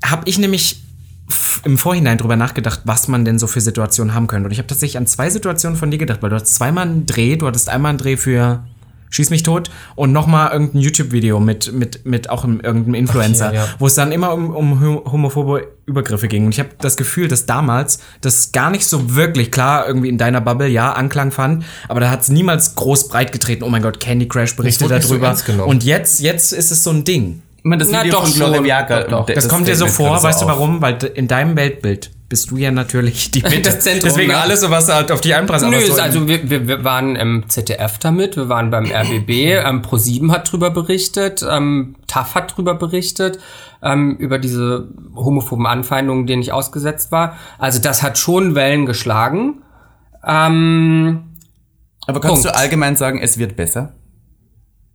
Speaker 5: habe ich nämlich f- im Vorhinein drüber nachgedacht, was man denn so für Situationen haben könnte. Und ich habe tatsächlich an zwei Situationen von dir gedacht, weil du hattest zweimal einen Dreh, du hattest einmal einen Dreh für Schieß mich tot und nochmal irgendein YouTube-Video mit, mit, mit auch einem- irgendeinem Influencer,
Speaker 2: Ach ja, ja.
Speaker 5: wo es dann immer um, um hom- homophobe Übergriffe ging. Und ich habe das Gefühl, dass damals das gar nicht so wirklich klar irgendwie in deiner Bubble ja Anklang fand, aber da hat es niemals groß breit getreten. Oh mein Gott, Candy Crash berichtet
Speaker 2: wurde nicht so
Speaker 5: darüber.
Speaker 2: ernst genommen.
Speaker 5: und jetzt, jetzt ist es so ein Ding.
Speaker 4: man das
Speaker 1: Na,
Speaker 4: Video
Speaker 1: doch
Speaker 4: von Gloria
Speaker 1: schon.
Speaker 4: Bianca-
Speaker 1: Doch, doch.
Speaker 4: der-
Speaker 5: Das, kommt dir so
Speaker 4: fällt mir
Speaker 5: vor,
Speaker 4: gerade
Speaker 5: weißt du
Speaker 4: auf.
Speaker 5: warum? Weil d- in deinem Weltbild bist du ja natürlich die Mitte.
Speaker 1: Das Zentrum,
Speaker 5: Deswegen
Speaker 1: ne?
Speaker 5: alles so, was halt auf die einpresst. aber
Speaker 1: Nö,
Speaker 5: so
Speaker 1: ist
Speaker 5: im-
Speaker 1: also wir, wir, wir waren im ZDF damit, wir waren beim RBB, ähm, ProSieben hat drüber berichtet, ähm, TAF hat drüber berichtet, ähm, über diese homophoben Anfeindungen, denen ich ausgesetzt war. Also das hat schon Wellen geschlagen. Ähm,
Speaker 4: Aber kannst
Speaker 1: Punkt.
Speaker 4: du allgemein sagen, es wird besser?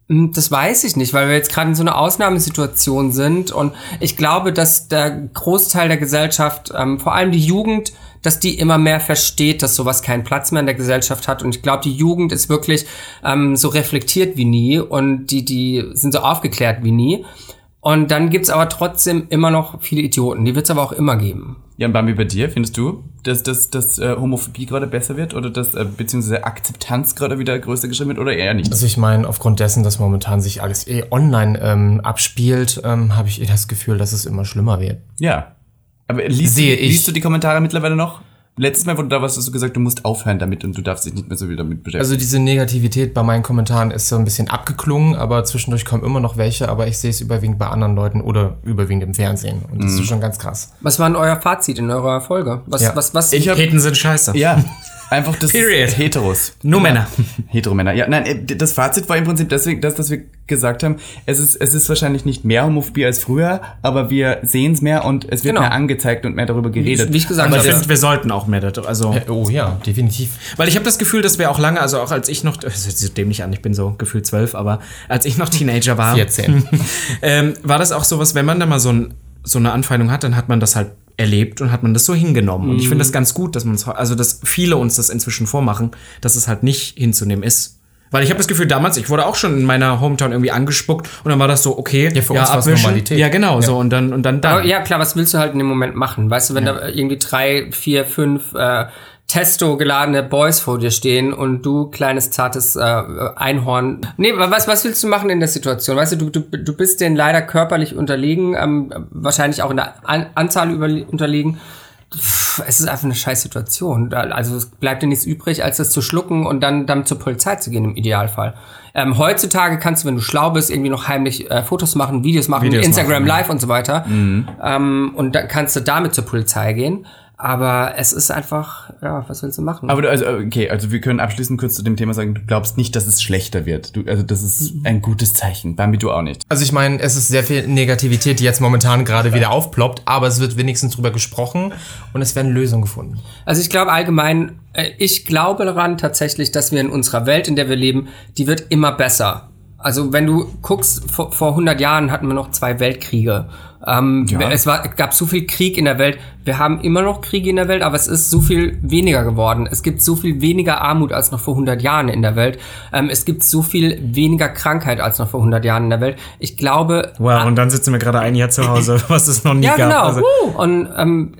Speaker 1: Hm, Das weiß ich nicht, weil wir jetzt gerade in so einer Ausnahmesituation sind und ich glaube, dass der Großteil der Gesellschaft, ähm, vor allem die Jugend, dass die immer mehr versteht, dass sowas keinen Platz mehr in der Gesellschaft hat und ich glaube, die Jugend ist wirklich ähm, so reflektiert wie nie und die, die sind so aufgeklärt wie nie und dann gibt's aber trotzdem immer noch viele Idioten, die wird's aber auch immer geben.
Speaker 4: Jan Bambi, bei dir, findest du, dass, dass, dass äh, Homophobie gerade besser wird oder dass äh, beziehungsweise Akzeptanz gerade wieder größer geschrieben wird oder eher nicht?
Speaker 2: Also ich meine, aufgrund dessen, dass momentan sich alles eh online ähm, abspielt, ähm, habe ich eh das Gefühl, dass es immer schlimmer wird.
Speaker 4: Ja. Aber liest,
Speaker 2: Sehe ich.
Speaker 4: liest du die Kommentare mittlerweile noch? Letztes Mal, wo du da warst, hast du gesagt, du musst aufhören damit und du darfst dich nicht mehr so viel damit beschäftigen.
Speaker 2: Also diese Negativität bei meinen Kommentaren ist so ein bisschen abgeklungen, aber zwischendurch kommen immer noch welche, aber ich sehe es überwiegend bei anderen Leuten oder überwiegend im Fernsehen. Und das
Speaker 1: Mhm.
Speaker 2: ist schon ganz krass.
Speaker 1: Was war denn euer Fazit in eurer Folge? Was,
Speaker 2: Ja.
Speaker 1: was, was?
Speaker 4: Ich hab-
Speaker 5: Heten sind scheiße.
Speaker 4: ja, einfach das
Speaker 5: Period.
Speaker 4: Heteros.
Speaker 5: Nur Männer.
Speaker 4: Heteromänner. Ja, nein, äh, das Fazit war im Prinzip deswegen, dass, dass wir gesagt haben, es ist, es ist wahrscheinlich nicht mehr Homophobie als früher, aber wir sehen es mehr und es wird
Speaker 1: Genau.
Speaker 4: mehr angezeigt und mehr darüber geredet.
Speaker 1: wie ich gesagt
Speaker 5: Aber ich
Speaker 1: habe,
Speaker 5: finde, wir sollten auch mehr dazu. Also,
Speaker 2: Oh ja, definitiv.
Speaker 5: Weil ich habe das Gefühl, dass wir auch lange, also auch als ich noch, das hört sich dem nicht an, ich bin so gefühlt zwölf, aber als ich noch Teenager war,
Speaker 2: 14.
Speaker 5: ähm, war das auch sowas, wenn man da mal so, ein, so eine Anfeindung hat, dann hat man das halt erlebt und hat man das so hingenommen. Und ich finde das ganz gut, dass man es, also dass viele uns das inzwischen vormachen, dass es halt nicht hinzunehmen ist. Weil ich habe das Gefühl, damals, ich wurde auch schon in meiner Hometown irgendwie angespuckt und dann war das so, okay, ja,
Speaker 2: für uns war's
Speaker 5: abwischen.
Speaker 2: Normalität.
Speaker 5: Ja, genau, so und dann, und dann, dann.
Speaker 1: Aber ja, klar, was willst du halt in dem Moment machen? Weißt du, wenn da irgendwie drei, vier, fünf äh, Testo geladene Boys vor dir stehen und du kleines zartes äh, Einhorn. Nee, wa- was, was willst du machen in der Situation? Weißt du, du, du, du bist denen leider körperlich unterlegen, ähm, wahrscheinlich auch in der An Anzahl überle- unterlegen. Pff, es ist einfach eine scheiß Situation. Da- Also es bleibt dir nichts übrig, als das zu schlucken und dann, dann zur Polizei zu gehen im Idealfall. Ähm, heutzutage kannst du, wenn du schlau bist, irgendwie noch heimlich äh, Fotos machen, Videos machen,
Speaker 5: Videos
Speaker 1: Instagram
Speaker 5: machen, ja.
Speaker 1: live und so weiter. Ähm, und dann kannst du damit zur Polizei gehen. Aber es ist einfach, ja, was willst du machen?
Speaker 4: Aber du, also, okay, also wir können abschließend kurz zu dem Thema sagen, du glaubst nicht, dass es schlechter wird. Du, also das ist ein gutes Zeichen. Bambi, du auch nicht.
Speaker 2: Also ich meine, es ist sehr viel Negativität, die jetzt momentan gerade wieder aufploppt, aber es wird wenigstens drüber gesprochen und es werden Lösungen gefunden.
Speaker 1: Also ich glaube allgemein, äh, ich glaube daran tatsächlich, dass wir in unserer Welt, in der wir leben, die wird immer besser. Also wenn du guckst, vor, vor 100 Jahren hatten wir noch zwei Weltkriege. Ähm, Es war, gab so viel Krieg in der Welt. Wir haben immer noch Kriege in der Welt, aber es ist so viel weniger geworden. Es gibt so viel weniger Armut als noch vor 100 Jahren in der Welt. Ähm, es gibt so viel weniger Krankheit als noch vor 100 Jahren in der Welt. Ich glaube,
Speaker 5: Wow, und dann sitzen wir gerade ein Jahr zu Hause, was es noch nie
Speaker 1: ja,
Speaker 5: gab.
Speaker 1: genau.
Speaker 5: Also,
Speaker 1: uh, und ähm,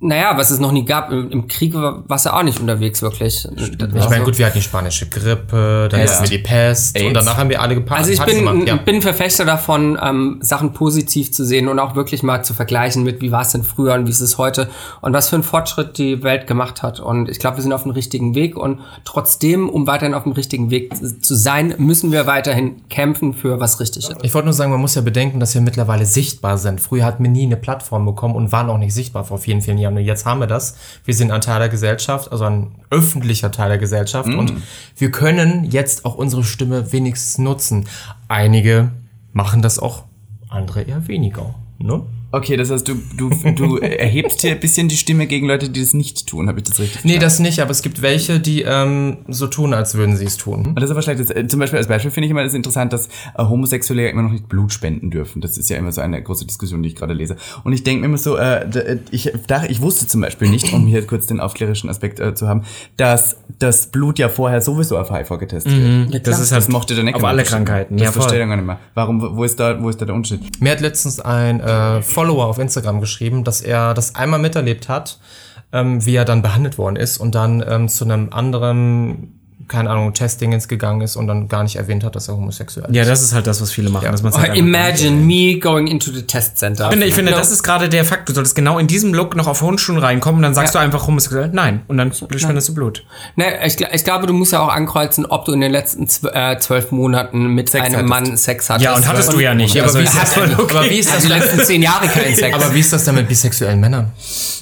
Speaker 1: naja, was es noch nie gab, im, im Krieg war- warst du auch nicht unterwegs wirklich.
Speaker 2: Ich meine, gut, wir hatten die spanische Grippe, dann hatten wir die Pest und danach haben wir alle gepasst.
Speaker 1: Also ich bin, bin Verfechter davon, ähm, Sachen positiv zu sehen und auch wirklich mal zu vergleichen mit, wie war es denn früher und wie ist es heute und was für einen Fortschritt die Welt gemacht hat. Und ich glaube, wir sind auf dem richtigen Weg und trotzdem, um weiterhin auf dem richtigen Weg zu zu sein, müssen wir weiterhin kämpfen für was richtig ist.
Speaker 2: Ich wollte nur sagen, man muss ja bedenken, dass wir mittlerweile sichtbar sind. Früher hat man nie eine Plattform bekommen und waren auch nicht sichtbar vor vielen, vielen Jahren. Und jetzt haben wir das. Wir sind ein Teil der Gesellschaft, also ein öffentlicher Teil der Gesellschaft. Und wir können jetzt auch unsere Stimme wenigstens nutzen. Einige machen das auch, andere eher weniger. Ne?
Speaker 4: Okay, das heißt, du, du, du erhebst hier ein bisschen die Stimme gegen Leute, die das nicht tun. Habe ich das richtig
Speaker 2: Nee, das nicht, aber es gibt welche, die ähm, so tun, als würden sie es tun.
Speaker 4: Und das ist aber schlecht. Das, äh, zum Beispiel als Beispiel finde ich immer das ist interessant, dass äh, Homosexuelle ja immer noch nicht Blut spenden dürfen. Das ist ja immer so eine große Diskussion, die ich gerade lese. Und ich denke mir immer so, äh, d- äh, ich, dachte, ich wusste zum Beispiel nicht, um hier kurz den aufklärerischen Aspekt äh, zu haben, dass das Blut ja vorher sowieso auf HIV getestet wird.
Speaker 5: das ist halt
Speaker 4: Das mochte der Neckermann.
Speaker 5: auf alle Krankheiten.
Speaker 4: Das
Speaker 5: Ja,
Speaker 4: verstehe
Speaker 5: voll.
Speaker 4: ich gar nicht mehr. Warum, wo ist da, wo ist da der Unterschied?
Speaker 2: Mir hat letztens ein äh, Follower auf Instagram geschrieben, dass er das einmal miterlebt hat, ähm, wie er dann behandelt worden ist und dann ähm, zu einem anderen, keine Ahnung, Testdingens gegangen ist und dann gar nicht erwähnt hat, dass er homosexuell ist.
Speaker 5: Ja, das ist halt das, was viele machen. Dass man's
Speaker 1: Oh,
Speaker 5: halt einfach-
Speaker 1: imagine me going into the test center.
Speaker 5: Ich finde, ich finde das ist gerade der Fakt. Du solltest genau in diesem Look noch auf hohen Schuhen reinkommen und dann sagst du einfach homosexuell, nein. Und dann spendest du Blut.
Speaker 1: Ne, ich, gl- ich glaube, du musst ja auch ankreuzen, ob du in den letzten zw äh, zwölf Monaten mit einem
Speaker 2: hattest.
Speaker 1: Mann Sex hattest.
Speaker 5: Ja, und hattest du ja nicht.
Speaker 2: Ja, aber
Speaker 5: Also
Speaker 2: wie
Speaker 5: ist
Speaker 2: ist
Speaker 5: ja
Speaker 2: das
Speaker 5: voll
Speaker 2: denn?
Speaker 5: okay.
Speaker 2: Aber wie ist
Speaker 1: Also
Speaker 2: das
Speaker 1: die
Speaker 2: denn?
Speaker 1: letzten zehn Jahre keinen Sex.
Speaker 2: Aber wie ist das denn mit bisexuellen Männern?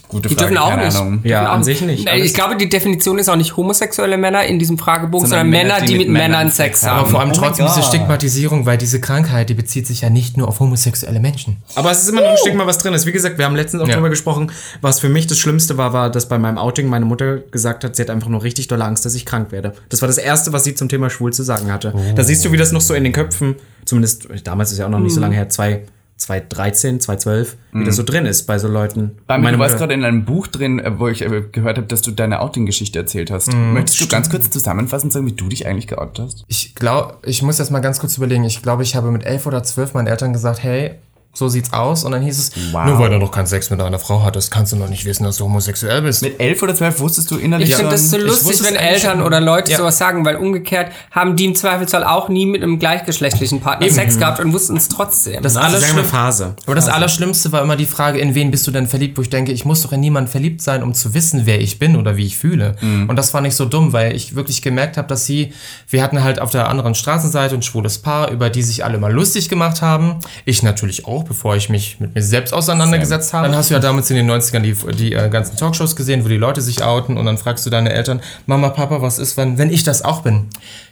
Speaker 4: Gute
Speaker 1: Die dürfen auch nicht.
Speaker 5: Ja,
Speaker 1: Dürfen auch
Speaker 5: an sich nicht.
Speaker 1: Nee, Ich glaube, die Definition ist auch nicht homosexuelle Männer in diesem Fragebogen, sondern, Männer, die mit Männern Sex haben.
Speaker 2: Aber vor allem
Speaker 4: Oh mein
Speaker 2: trotzdem diese
Speaker 4: Gott.
Speaker 2: Stigmatisierung, weil diese Krankheit, die bezieht sich ja nicht nur auf homosexuelle Menschen.
Speaker 5: Aber es ist immer noch ein Stück mal was drin ist. Wie gesagt, wir haben letztens auch
Speaker 2: Ja.
Speaker 5: drüber gesprochen. Was für mich das Schlimmste war, war, dass bei meinem Outing meine Mutter gesagt hat, sie hat einfach nur richtig dolle Angst, dass ich krank werde. Das war das Erste, was sie zum Thema schwul zu sagen hatte. Da siehst du, wie das noch so in den Köpfen, zumindest damals ist ja auch noch nicht so lange her, zwei- 2013, 2012, wie das so drin ist bei so Leuten.
Speaker 4: Bei mir, du warst
Speaker 5: Mutter-
Speaker 4: gerade in einem Buch drin, äh, wo ich äh, gehört habe, dass du deine Outing-Geschichte erzählt hast.
Speaker 5: Mhm.
Speaker 4: Möchtest du ganz kurz zusammenfassend sagen, wie du dich eigentlich geoutet hast?
Speaker 2: Ich glaube, ich muss jetzt mal ganz kurz überlegen. Ich glaube, ich habe mit elf oder zwölf meinen Eltern gesagt, hey, so sieht's aus. Und dann hieß es,
Speaker 4: Wow.
Speaker 2: nur weil du noch keinen Sex mit einer Frau hattest, kannst du noch nicht wissen, dass du homosexuell bist.
Speaker 4: Mit elf oder zwölf wusstest du innerlich
Speaker 1: Ich finde das so
Speaker 4: schon-
Speaker 1: lustig,
Speaker 2: wusste es
Speaker 1: wenn
Speaker 2: eigentlich
Speaker 1: Eltern
Speaker 2: schon.
Speaker 1: oder Leute
Speaker 2: Ja.
Speaker 1: sowas sagen, weil umgekehrt haben die im Zweifelsfall auch nie mit einem gleichgeschlechtlichen Partner Sex gehabt und wussten es trotzdem.
Speaker 2: Das
Speaker 5: Das ist eine
Speaker 2: Allerschlimm-
Speaker 5: Phase.
Speaker 2: Aber das Allerschlimmste war immer die Frage, in wen bist du denn verliebt? Wo ich denke, ich muss doch in niemanden verliebt sein, um zu wissen, wer ich bin oder wie ich fühle. Und das war nicht so dumm, weil ich wirklich gemerkt habe, dass sie, wir hatten halt auf der anderen Straßenseite ein schwules Paar, über die sich alle mal lustig gemacht haben. Ich natürlich auch, bevor ich mich mit mir selbst auseinandergesetzt habe. Dann hast du ja damals in den 90ern die, die äh, ganzen Talkshows gesehen, wo die Leute sich outen und dann fragst du deine Eltern, Mama, Papa, was ist, wenn, wenn ich das auch bin?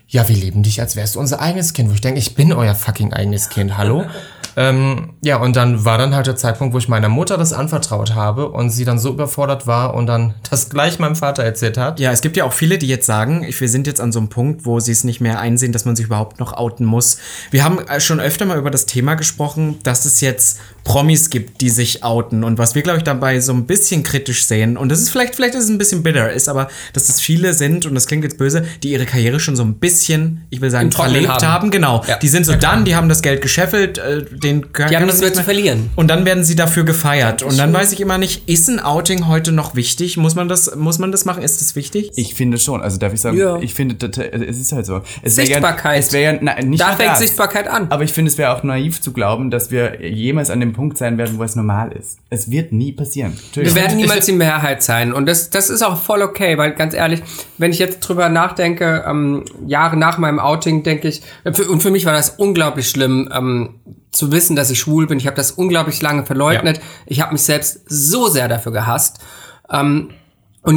Speaker 2: Ja, wir lieben dich, als wärst du unser eigenes Kind. Wo ich denke, ich bin euer fucking eigenes Kind, hallo? Ähm, ja, und dann war dann halt der Zeitpunkt, wo ich meiner Mutter das anvertraut habe und sie dann so überfordert war und dann das gleich meinem Vater erzählt hat.
Speaker 5: Ja, es gibt ja auch viele, die jetzt sagen, ich- wir sind jetzt an so einem Punkt, wo sie es nicht mehr einsehen, dass man sich überhaupt noch outen muss. Wir haben äh, schon öfter mal über das Thema gesprochen, dass es jetzt Promis gibt, die sich outen und was wir, glaube ich, dabei so ein bisschen kritisch sehen. Und das ist vielleicht, vielleicht ist es ein bisschen bitter, ist aber, dass es viele sind, und das klingt jetzt böse, die ihre Karriere schon so ein bisschen, ich will sagen,
Speaker 1: Trockenen
Speaker 5: verlebt haben.
Speaker 1: haben.
Speaker 5: Genau.
Speaker 1: Ja.
Speaker 5: Die sind so dann, die haben das Geld gescheffelt, äh, den
Speaker 1: Die haben nichts mehr zu verlieren.
Speaker 5: und dann werden sie dafür gefeiert. Und dann weiß ich immer nicht, ist ein Outing heute noch wichtig? Muss man das, muss man das machen? Ist das wichtig?
Speaker 4: Ich finde schon, also darf ich sagen,
Speaker 1: Ja.
Speaker 4: ich finde, das- es ist halt so. Es wär
Speaker 1: Sichtbarkeit.
Speaker 4: Ja, es wäre ja, nein, nicht
Speaker 1: da
Speaker 4: nur
Speaker 1: fängt
Speaker 4: das.
Speaker 1: Sichtbarkeit an.
Speaker 4: Aber ich finde, es wäre auch naiv zu glauben, dass wir jemals an dem Punkt sein werden, wo es normal ist. Es wird nie passieren.
Speaker 1: Wir
Speaker 4: Natürlich.
Speaker 1: werden niemals die Mehrheit sein. Und das, das ist auch voll okay, weil ganz ehrlich, wenn ich jetzt drüber nachdenke, ähm, Jahre nach meinem Outing, denke ich, äh, für, und für mich war das unglaublich schlimm, ähm, zu wissen, dass ich schwul bin. Ich habe das unglaublich lange verleugnet. Ich habe mich selbst so sehr dafür gehasst. Und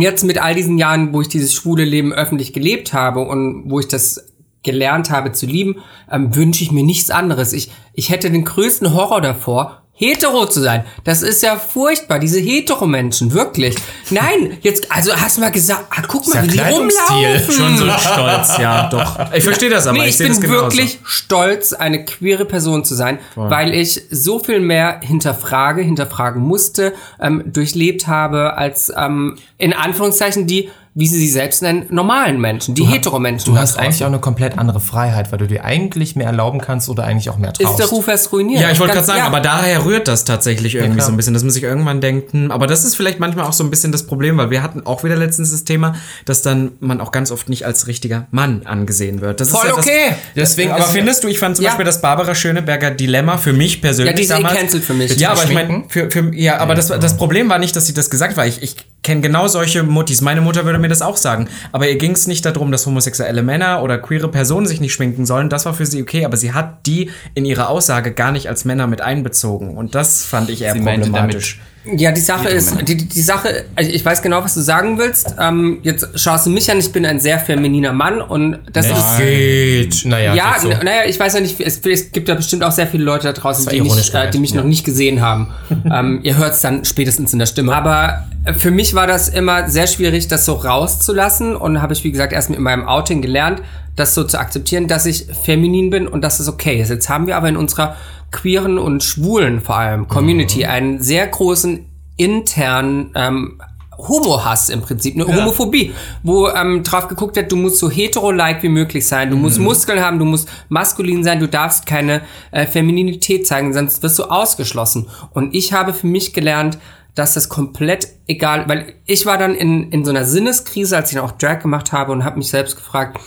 Speaker 1: jetzt mit all diesen Jahren, wo ich dieses schwule Leben öffentlich gelebt habe und wo ich das gelernt habe zu lieben, ähm, wünsche ich mir nichts anderes. Ich, ich hätte den größten Horror davor, hetero zu sein. Das ist ja furchtbar, diese hetero-Menschen, wirklich. Nein, jetzt, also hast du mal gesagt, ah, guck mal, wie die rumlaufen.
Speaker 5: Schon so stolz, ja, doch. Ich verstehe das aber.
Speaker 1: Nee, ich,
Speaker 5: seh
Speaker 1: bin
Speaker 5: das genauso.
Speaker 1: wirklich stolz, eine queere Person zu sein, weil ich so viel mehr hinterfrage, hinterfragen musste, ähm, durchlebt habe, als ähm, in Anführungszeichen die, wie sie sie selbst nennen, normalen Menschen, die hetero Menschen.
Speaker 2: Du hast eigentlich auch eine komplett andere Freiheit, weil du dir eigentlich mehr erlauben kannst oder eigentlich auch mehr
Speaker 1: ist
Speaker 2: traust.
Speaker 1: der Ruf erst ruiniert.
Speaker 5: Ja, ich wollte
Speaker 1: Ganz-
Speaker 5: gerade sagen,
Speaker 1: ja.
Speaker 5: aber daher rührt das tatsächlich irgendwie
Speaker 2: klar.
Speaker 5: so ein bisschen, dass man sich irgendwann denkt, hm, aber das ist vielleicht manchmal auch so ein bisschen das Problem, weil wir hatten auch wieder letztens das Thema, dass dann man auch ganz oft nicht als richtiger Mann angesehen wird. Das
Speaker 1: Voll
Speaker 5: ist ja
Speaker 1: okay.
Speaker 5: Das, deswegen aber findest du, ich fand zum
Speaker 1: Ja.
Speaker 5: Beispiel das Barbara Schöneberger Dilemma für mich persönlich
Speaker 1: Ja, die ist eh
Speaker 5: damals.
Speaker 1: cancelled für mich.
Speaker 5: Ja, aber ich meine,
Speaker 2: Schminken?
Speaker 5: für, für, ja, aber das, das Problem war nicht, dass sie das gesagt war. Ich, ich kenne genau solche Muttis. Meine Mutter würde mir das auch sagen. Aber ihr ging es nicht darum, dass homosexuelle Männer oder queere Personen sich nicht schminken sollen. Das war für sie okay, aber sie hat die in ihrer Aussage gar nicht als Männer mit einbezogen. Und das fand ich eher
Speaker 4: Sie meinte
Speaker 5: problematisch.
Speaker 1: Ja, die Sache ist, die, die- die Sache, also ich weiß genau, was du sagen willst. Ähm, jetzt schaust du mich an, ich bin ein sehr femininer Mann und das ist.
Speaker 2: geht. Naja,
Speaker 1: Ja,
Speaker 2: geht so.
Speaker 1: n- naja, ich weiß ja nicht, es, es gibt ja bestimmt auch sehr viele Leute da draußen, die,
Speaker 2: ironisch
Speaker 1: nicht, äh,
Speaker 2: gemeint,
Speaker 1: die mich noch nicht gesehen haben. ähm, ihr hört es dann spätestens in der Stimme. Aber äh, für mich war das immer sehr schwierig, das so rauszulassen und habe ich, wie gesagt, erst mit meinem Outing gelernt, das so zu akzeptieren, dass ich feminin bin und dass es okay ist. Jetzt haben wir aber in unserer queeren und schwulen vor allem Community
Speaker 2: Mhm.
Speaker 1: einen sehr großen internen ähm, Homo-Hass im Prinzip, eine Homophobie, wo ähm, drauf geguckt wird, du musst so hetero-like wie möglich sein, du musst Muskeln haben, du musst maskulin sein, du darfst keine äh, Femininität zeigen, sonst wirst du ausgeschlossen. Und ich habe für mich gelernt, dass das komplett egal, weil ich war dann in, in so einer Sinneskrise, als ich dann auch Drag gemacht habe und habe mich selbst gefragt,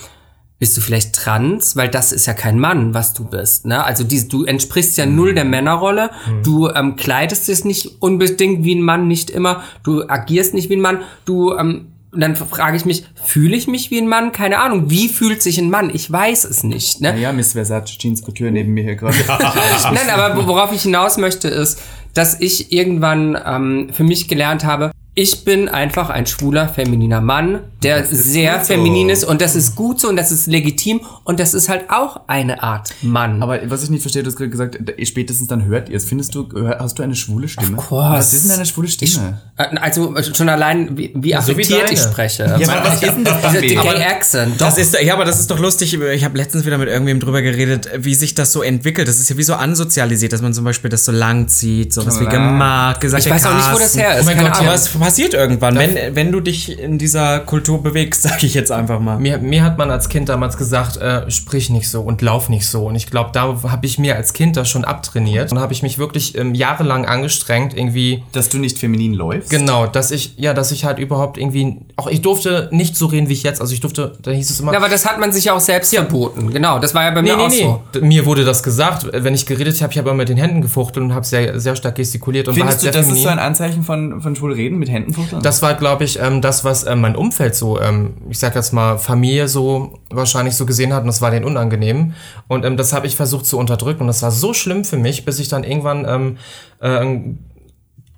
Speaker 1: bist du vielleicht trans? Weil das ist ja kein Mann, was du bist. Ne? Also die, du entsprichst ja null der Männerrolle. Du ähm, kleidest dich nicht unbedingt wie ein Mann, nicht immer. Du agierst nicht wie ein Mann. Du ähm, und dann frage ich mich, fühle ich mich wie ein Mann? Keine Ahnung. Wie fühlt sich ein Mann? Ich weiß es nicht. Ne?
Speaker 4: Naja, Miss Versace Jeans Couture neben mir hier gerade.
Speaker 1: Nein, aber wo- worauf ich hinaus möchte, ist, dass ich irgendwann ähm, für mich gelernt habe, ich bin einfach ein schwuler, femininer Mann, der sehr feminin ist und das ist gut so und das ist legitim und das ist halt auch eine Art Mann.
Speaker 4: Aber was ich nicht verstehe, du hast gerade gesagt, d- spätestens dann hört ihr es. Findest du, hör- hast du eine schwule Stimme?
Speaker 1: Of course.
Speaker 4: Was ist denn eine schwule Stimme?
Speaker 1: Äh, also schon allein, wie, wie
Speaker 2: so wie
Speaker 1: affektiert ich
Speaker 2: deine.
Speaker 1: spreche.
Speaker 4: aber was ist denn das
Speaker 1: Dieser
Speaker 4: Problem?
Speaker 1: DK-Accent.
Speaker 5: Das ist, ja, aber das ist doch lustig. Ich habe letztens wieder mit irgendwem drüber geredet, wie sich das so entwickelt. Das ist ja wie so ansozialisiert, dass man zum Beispiel das so lang zieht, sowas wie gemacht, gesagt.
Speaker 1: Ich weiß
Speaker 5: der
Speaker 1: auch nicht, wo das
Speaker 5: Carsten.
Speaker 1: her ist,
Speaker 5: Oh mein
Speaker 1: keine
Speaker 5: Gott,
Speaker 1: Ahnung.
Speaker 5: aber es passiert irgendwann, wenn, wenn du dich in dieser Kultur bewegst, sage ich jetzt einfach mal.
Speaker 2: Mir, mir hat man als Kind damals gesagt, äh, sprich nicht so und lauf nicht so. Und ich glaube, da habe ich mir als Kind das schon abtrainiert. Und habe ich mich wirklich ähm, jahrelang angestrengt, irgendwie
Speaker 4: Dass du nicht feminin läufst?
Speaker 2: Genau, dass ich, ja, dass ich halt überhaupt irgendwie, auch ich durfte nicht so reden, wie ich jetzt, also ich durfte, da hieß es immer,
Speaker 1: Ja, aber das hat man sich ja auch selbst verboten. Genau, das war ja bei mir auch so.
Speaker 2: D- Mir wurde das gesagt, wenn ich geredet habe, ich habe immer mit den Händen gefuchtelt und habe sehr, sehr stark gestikuliert und war halt
Speaker 4: Findest du,
Speaker 2: sehr
Speaker 4: das
Speaker 2: feminin.
Speaker 4: ist so ein Anzeichen von, von schwul Reden mit Händenfuchteln?
Speaker 2: das war, glaube ich, ähm, das, was ähm, mein Umfeld so, ähm, ich sag jetzt mal, Familie so wahrscheinlich so gesehen hat und das war denen unangenehm. Und ähm, das habe ich versucht zu unterdrücken und das war so schlimm für mich, bis ich dann irgendwann ähm, äh, einen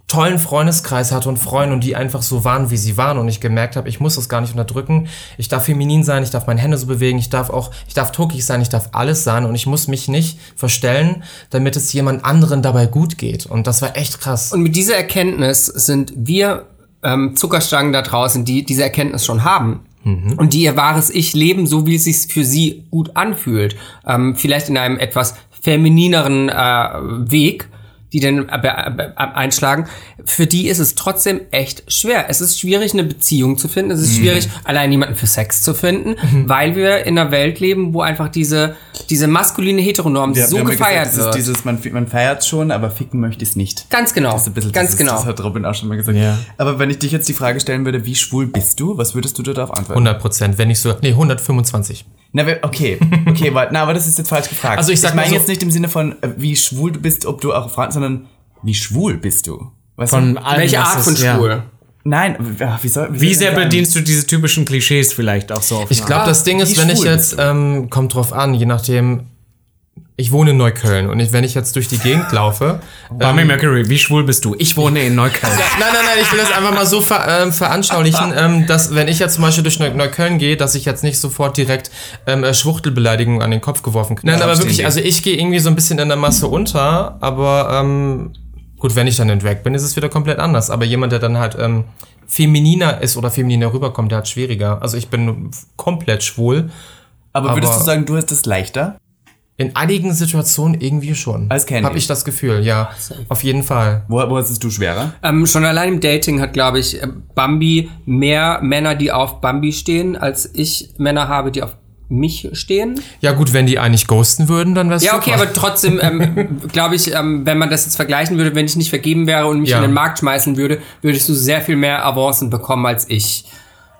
Speaker 2: tollen Freundeskreis hatte und Freunde und die einfach so waren, wie sie waren und ich gemerkt habe, ich muss das gar nicht unterdrücken. Ich darf feminin sein, ich darf meine Hände so bewegen, ich darf auch, ich darf tuckig sein, ich darf alles sein und ich muss mich nicht verstellen, damit es jemand anderen dabei gut geht. Und das war echt krass.
Speaker 1: Und mit dieser Erkenntnis sind wir ähm, Zuckerstangen da draußen, die diese Erkenntnis schon haben.
Speaker 4: Mhm.
Speaker 1: Und die ihr wahres Ich leben, so wie es sich für sie gut anfühlt. Ähm, vielleicht in einem etwas feminineren äh, Weg, die dann äh, be- be- einschlagen. Für die ist es trotzdem echt schwer. Es ist schwierig, eine Beziehung zu finden. Es ist
Speaker 4: Mhm.
Speaker 1: schwierig, allein jemanden für Sex zu finden, weil wir in einer Welt leben, wo einfach diese, diese maskuline Heteronorm
Speaker 4: Wir-
Speaker 1: so
Speaker 4: wir haben ja
Speaker 1: gefeiert
Speaker 4: gesagt,
Speaker 1: wird.
Speaker 4: Es ist dieses, man, fe- man feiert schon, aber ficken möchte ich es nicht.
Speaker 1: ganz genau.
Speaker 4: Das ist ein bisschen,
Speaker 1: ganz
Speaker 4: das ist,
Speaker 1: genau.
Speaker 4: Das hat Robin auch schon mal gesagt. Aber wenn ich dich jetzt die Frage stellen würde, wie schwul bist du, was würdest du darauf antworten?
Speaker 2: 100 Prozent, wenn nicht so, nee, 125.
Speaker 4: Na, wir- okay, okay, warte, na, aber das ist jetzt falsch gefragt.
Speaker 2: Also ich sag
Speaker 4: ich meine
Speaker 2: mal so-
Speaker 4: jetzt nicht im Sinne von, äh, wie schwul du bist, ob du auch Frauen, sondern wie schwul bist du? Weißt du?
Speaker 5: allem,
Speaker 1: Welche
Speaker 5: was
Speaker 1: Art
Speaker 5: es-
Speaker 1: von
Speaker 5: ja.
Speaker 1: schwul?
Speaker 4: Nein, w- ach, wie soll
Speaker 5: Wie sehr bedienst du diese typischen Klischees vielleicht auch so oft?
Speaker 2: Ich glaube, das Ding
Speaker 4: wie
Speaker 2: ist, wenn ich
Speaker 4: schwul
Speaker 2: jetzt, ähm, kommt drauf an, je nachdem, ich wohne in Neukölln und ich, wenn ich jetzt durch die Gegend laufe.
Speaker 5: Barney Mercury, wie schwul bist du? Ich wohne in Neukölln.
Speaker 2: Nein, nein, nein, ich will das einfach mal so ver, ähm, veranschaulichen, ähm, dass wenn ich jetzt zum Beispiel durch Neu Neukölln gehe, dass ich jetzt nicht sofort direkt ähm, äh, Schwuchtelbeleidigungen an den Kopf geworfen kriege. Nein, aber wirklich, also ich gehe irgendwie so ein bisschen in der Masse unter, aber ähm, gut, wenn ich dann in Drag bin, ist es wieder komplett anders. Aber jemand, der dann halt ähm, femininer ist oder femininer rüberkommt, der hat schwieriger. Also ich bin komplett schwul.
Speaker 4: Aber würdest
Speaker 2: Aber-
Speaker 4: du sagen, du hast es leichter?
Speaker 2: In einigen Situationen irgendwie schon.
Speaker 4: Als Candy.
Speaker 2: Habe ich das Gefühl, ja. Auf jeden Fall.
Speaker 4: Wo, wo hast es du
Speaker 2: Also
Speaker 4: schwerer?
Speaker 1: Ähm, schon allein im Dating hat, glaube ich, äh, Bambi mehr Männer, die auf Bambi stehen, als ich Männer habe, die auf mich stehen.
Speaker 2: Ja gut, wenn die eigentlich ghosten würden, dann wär's
Speaker 1: Ja,
Speaker 2: super.
Speaker 1: okay, aber trotzdem ähm, glaube ich, ähm, wenn man das jetzt vergleichen würde, wenn ich nicht vergeben wäre und mich
Speaker 2: Ja.
Speaker 1: in den Markt schmeißen würde, würdest du sehr viel mehr Avancen bekommen als ich.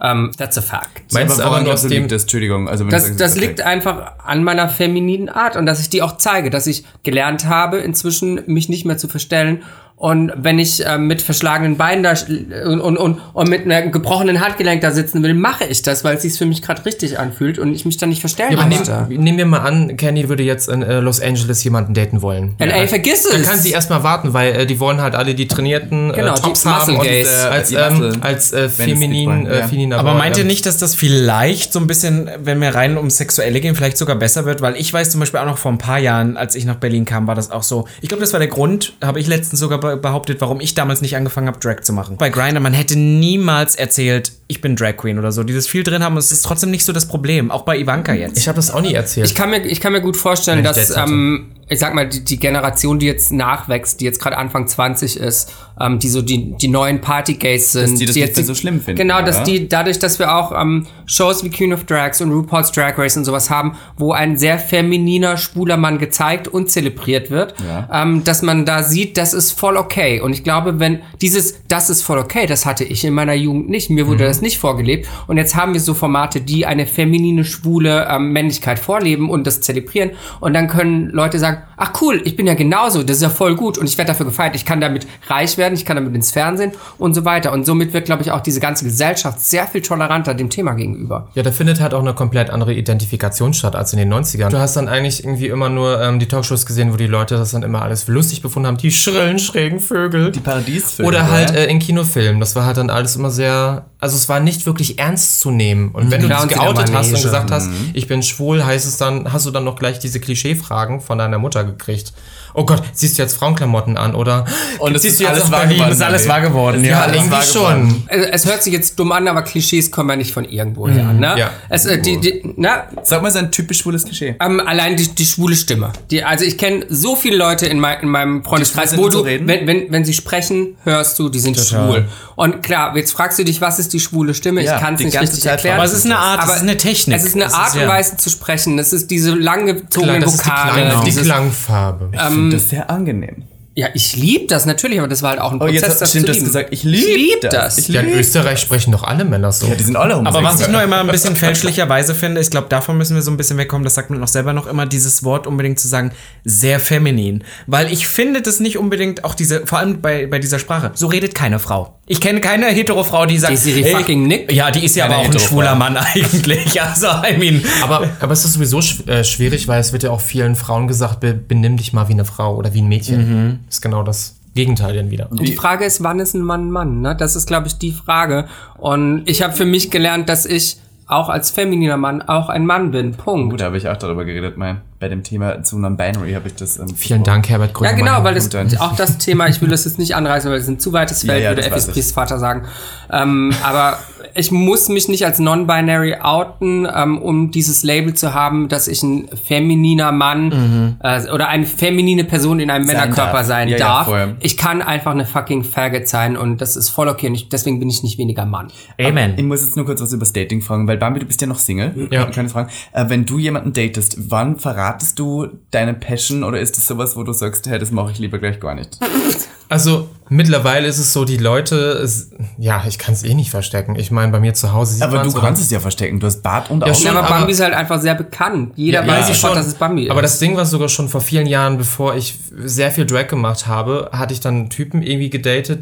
Speaker 1: Ähm, that's a fact.
Speaker 2: Meinst du aber
Speaker 4: woran
Speaker 2: nur aus
Speaker 4: glaubst du,
Speaker 2: dem...
Speaker 4: liegt das? Entschuldigung. Also wenn du
Speaker 1: Das,
Speaker 4: sagst,
Speaker 1: das
Speaker 4: okay.
Speaker 1: liegt einfach an meiner femininen Art und dass ich die auch zeige, dass ich gelernt habe, inzwischen mich nicht mehr zu verstellen. Und wenn ich ähm, mit verschlagenen Beinen da sch- und, und, und, und mit einem gebrochenen Handgelenk da sitzen will, mache ich das, weil es sich für mich gerade richtig anfühlt und ich mich dann nicht verstellen
Speaker 2: Aber
Speaker 1: möchte.
Speaker 2: nehmen, nehmen wir mal an, Candy würde jetzt in äh, Los Angeles jemanden daten wollen.
Speaker 1: LA, vergiss es!
Speaker 2: Dann kann sie erstmal warten, weil äh, die wollen halt alle die trainierten
Speaker 1: Genau,
Speaker 2: äh,
Speaker 1: die
Speaker 2: Tops
Speaker 1: Muscle
Speaker 2: haben und
Speaker 1: Gays.
Speaker 2: äh, als,
Speaker 4: Die Muscle.
Speaker 2: ähm, als äh,
Speaker 4: Wenn es nicht
Speaker 2: feminin,
Speaker 4: wollen,
Speaker 2: äh,
Speaker 4: ja.
Speaker 2: femininer
Speaker 5: Aber
Speaker 2: wollen,
Speaker 5: meint ihr
Speaker 2: ja.
Speaker 5: nicht, dass das vielleicht so ein bisschen, wenn wir rein um Sexuelle gehen, vielleicht sogar besser wird? Weil ich weiß zum Beispiel auch noch vor ein paar Jahren, als ich nach Berlin kam, war das auch so. Ich glaube, das war der Grund, habe ich letztens sogar be- behauptet, warum ich damals nicht angefangen habe, Drag zu machen. Bei Grindr, man hätte niemals erzählt, ich bin Drag Queen oder so. Dieses viel drin haben, und es ist trotzdem nicht so das Problem. Auch bei Ivanka jetzt.
Speaker 2: Ich habe das auch nie erzählt.
Speaker 1: Ich kann mir, ich kann mir gut vorstellen,
Speaker 2: Wenn ich
Speaker 1: dass,
Speaker 2: Dates hatte.
Speaker 1: ähm, ich sag mal, die, die Generation, die jetzt nachwächst, die jetzt gerade Anfang 20 ist, ähm, die so die, die neuen Party-Gays sind.
Speaker 4: die das nicht
Speaker 1: jetzt
Speaker 4: mehr so schlimm finden,
Speaker 1: Genau, dass
Speaker 4: oder?
Speaker 1: die, dadurch, dass wir auch ähm, Shows wie Queen of Drags und RuPaul's Drag Race und sowas haben, wo ein sehr femininer, schwuler Mann gezeigt und zelebriert wird, ähm, dass man da sieht, das ist voll okay. Und ich glaube, wenn dieses, das ist voll okay, das hatte ich in meiner Jugend nicht. Mir
Speaker 4: Mhm.
Speaker 1: wurde das nicht vorgelebt. Und jetzt haben wir so Formate, die eine feminine, schwule ähm, Männlichkeit vorleben und das zelebrieren. Und dann können Leute sagen, ach cool, ich bin ja genauso, das ist ja voll gut. Und ich werde dafür gefeiert. Ich kann damit reich werden, ich kann damit ins Fernsehen und so weiter. Und somit wird, glaube ich, auch diese ganze Gesellschaft sehr viel toleranter dem Thema gegenüber.
Speaker 2: Ja, da findet halt auch eine komplett andere Identifikation statt als in den 90ern. Du hast dann eigentlich irgendwie immer nur ähm, die Talkshows gesehen, wo die Leute das dann immer alles für lustig befunden haben. Die schrillen, schrägen Vögel. Die
Speaker 4: Paradiesvögel,
Speaker 2: Oder halt
Speaker 4: oder?
Speaker 2: äh, in Kinofilmen. Das war halt dann alles immer sehr... Also es war nicht wirklich ernst zu nehmen.
Speaker 4: Mhm.
Speaker 2: Und wenn du
Speaker 1: Clowns
Speaker 2: dich
Speaker 1: in der
Speaker 2: geoutet hast und
Speaker 1: Manege.
Speaker 2: gesagt hast, ich bin schwul, heißt es dann, hast du dann noch gleich diese Klischeefragen von deiner Mutter gekriegt. Oh Gott, siehst du jetzt Frauenklamotten an, oder?
Speaker 4: Und es
Speaker 2: siehst
Speaker 4: ist
Speaker 2: du jetzt
Speaker 4: alles
Speaker 2: nach
Speaker 4: wahr
Speaker 2: Berlin?
Speaker 4: geworden,
Speaker 2: Ist alles
Speaker 4: Nadine.
Speaker 2: wahr geworden, ja.
Speaker 4: alles wahr
Speaker 2: irgendwie
Speaker 4: geworden.
Speaker 2: schon.
Speaker 1: Also, es hört sich jetzt dumm an, aber Klischees kommen ja nicht von irgendwo her. Ne?
Speaker 2: ja.
Speaker 1: Es, äh, die, die, na,
Speaker 4: Sag mal so ein typisch schwules Klischee.
Speaker 1: Ähm, allein die, die schwule Stimme. Die, also ich kenne so viele Leute in, mein, in meinem
Speaker 4: Die
Speaker 1: Freundeskreis,
Speaker 4: schwul
Speaker 1: wo
Speaker 4: sind zu
Speaker 1: du,
Speaker 4: reden?
Speaker 1: wenn, wenn, wenn sie sprechen, hörst du, die sind schwul. Und klar, jetzt fragst du dich, was ist die schwule Stimme?
Speaker 4: Ja,
Speaker 1: ich kann es
Speaker 4: die
Speaker 1: nicht
Speaker 4: ganze
Speaker 1: richtig
Speaker 4: Zeit
Speaker 1: erklären.
Speaker 4: fragst
Speaker 5: Aber es ist eine Art, es ist eine Technik.
Speaker 1: Es ist eine
Speaker 5: Es ist,
Speaker 1: Art und
Speaker 5: ja.
Speaker 1: Weise zu sprechen. Es ist diese langgezogenen
Speaker 2: Das ist die,
Speaker 1: Vokale.
Speaker 4: Genau.
Speaker 2: Klang, die
Speaker 1: dieses-
Speaker 2: Klangfarbe.
Speaker 4: Ich finde das sehr angenehm.
Speaker 1: Ja, ich liebe das natürlich, aber das war halt auch ein
Speaker 4: Oh, jetzt
Speaker 1: Prozess,
Speaker 4: hast-
Speaker 1: das
Speaker 4: stimmt,
Speaker 1: zu
Speaker 4: du hast
Speaker 1: lieben.
Speaker 4: gesagt, ich lieb
Speaker 1: lieb
Speaker 4: das.
Speaker 1: das.
Speaker 4: Ich
Speaker 2: Ja, in Österreich sprechen doch alle Männer so.
Speaker 4: Ja, die sind alle
Speaker 5: Aber
Speaker 4: homosexuell.
Speaker 5: was ich nur immer ein bisschen fälschlicherweise finde, ich glaube, davon müssen wir so ein bisschen wegkommen, das sagt man auch selber noch immer, dieses Wort unbedingt zu sagen, sehr feminin. Weil ich finde das nicht unbedingt, auch diese, vor allem bei, bei dieser Sprache, so redet keine Frau. Ich kenne keine hetero Frau, die sagt.
Speaker 1: Desiree fucking Nick?
Speaker 5: Ja, die ist ja aber auch ein
Speaker 4: hetero Frau.
Speaker 5: schwuler Mann eigentlich. Also, I mean.
Speaker 2: Aber, aber es ist sowieso schw äh, schwierig, weil es wird ja auch vielen Frauen gesagt, be benimm dich mal wie eine Frau oder wie ein Mädchen.
Speaker 4: Mhm.
Speaker 2: Ist genau das Gegenteil dann wieder.
Speaker 1: Die Frage ist, wann ist ein Mann Mann? Ne? Das ist, glaube ich, die Frage. Und ich habe für mich gelernt, dass ich auch als femininer Mann auch ein Mann bin. Punkt.
Speaker 4: Gut, da habe ich auch darüber geredet, mal bei dem Thema zu non-binary habe ich das. Ähm,
Speaker 2: vielen Dank, Herbert
Speaker 1: Ja,
Speaker 2: Grönemeyer.
Speaker 1: genau, weil das,
Speaker 4: Punkt dann.
Speaker 1: auch das Thema, ich will das jetzt nicht anreißen, weil es ein zu weites Feld,
Speaker 4: ja,
Speaker 1: würde
Speaker 4: das weiß
Speaker 1: Effis
Speaker 4: ich.
Speaker 1: Pries Vater sagen. Ähm, aber ich muss mich nicht als non-binary outen, ähm, um dieses Label zu haben, dass ich ein femininer Mann äh, oder eine feminine Person in einem Männerkörper
Speaker 4: Mhm. darf.
Speaker 1: sein
Speaker 4: Ja, ja,
Speaker 1: darf.
Speaker 4: voll.
Speaker 1: ich kann einfach eine fucking Faggot sein und das ist voll okay und ich, deswegen bin ich nicht weniger Mann.
Speaker 4: Ich
Speaker 5: Amen.
Speaker 4: muss jetzt nur kurz was über das Dating fragen, weil Bambi, du bist ja noch Single.
Speaker 2: Ja.
Speaker 4: Keine Fragen. Äh, wenn du jemanden datest, wann verratest du deine Passion oder ist das sowas, wo du sagst, hey, das mache ich lieber gleich gar nicht?
Speaker 2: Also mittlerweile ist es so, die Leute, es, ja, ich kann es eh nicht verstecken. Ich meine, bei mir zu Hause sieht
Speaker 4: Aber
Speaker 2: man's,
Speaker 4: du
Speaker 2: oder?
Speaker 4: kannst es ja verstecken. Du hast Bart und
Speaker 2: Ja,
Speaker 4: Augen.
Speaker 2: schon,
Speaker 1: aber,
Speaker 2: aber-
Speaker 1: Bambi ist halt einfach sehr bekannt. Jeder
Speaker 2: Ja,
Speaker 1: weiß
Speaker 2: ja,
Speaker 1: sofort,
Speaker 2: schon.
Speaker 1: dass es Bambi ist.
Speaker 2: Aber das Ding war sogar schon vor vielen Jahren, bevor ich sehr viel Drag gemacht habe, hatte ich dann einen Typen irgendwie gedatet,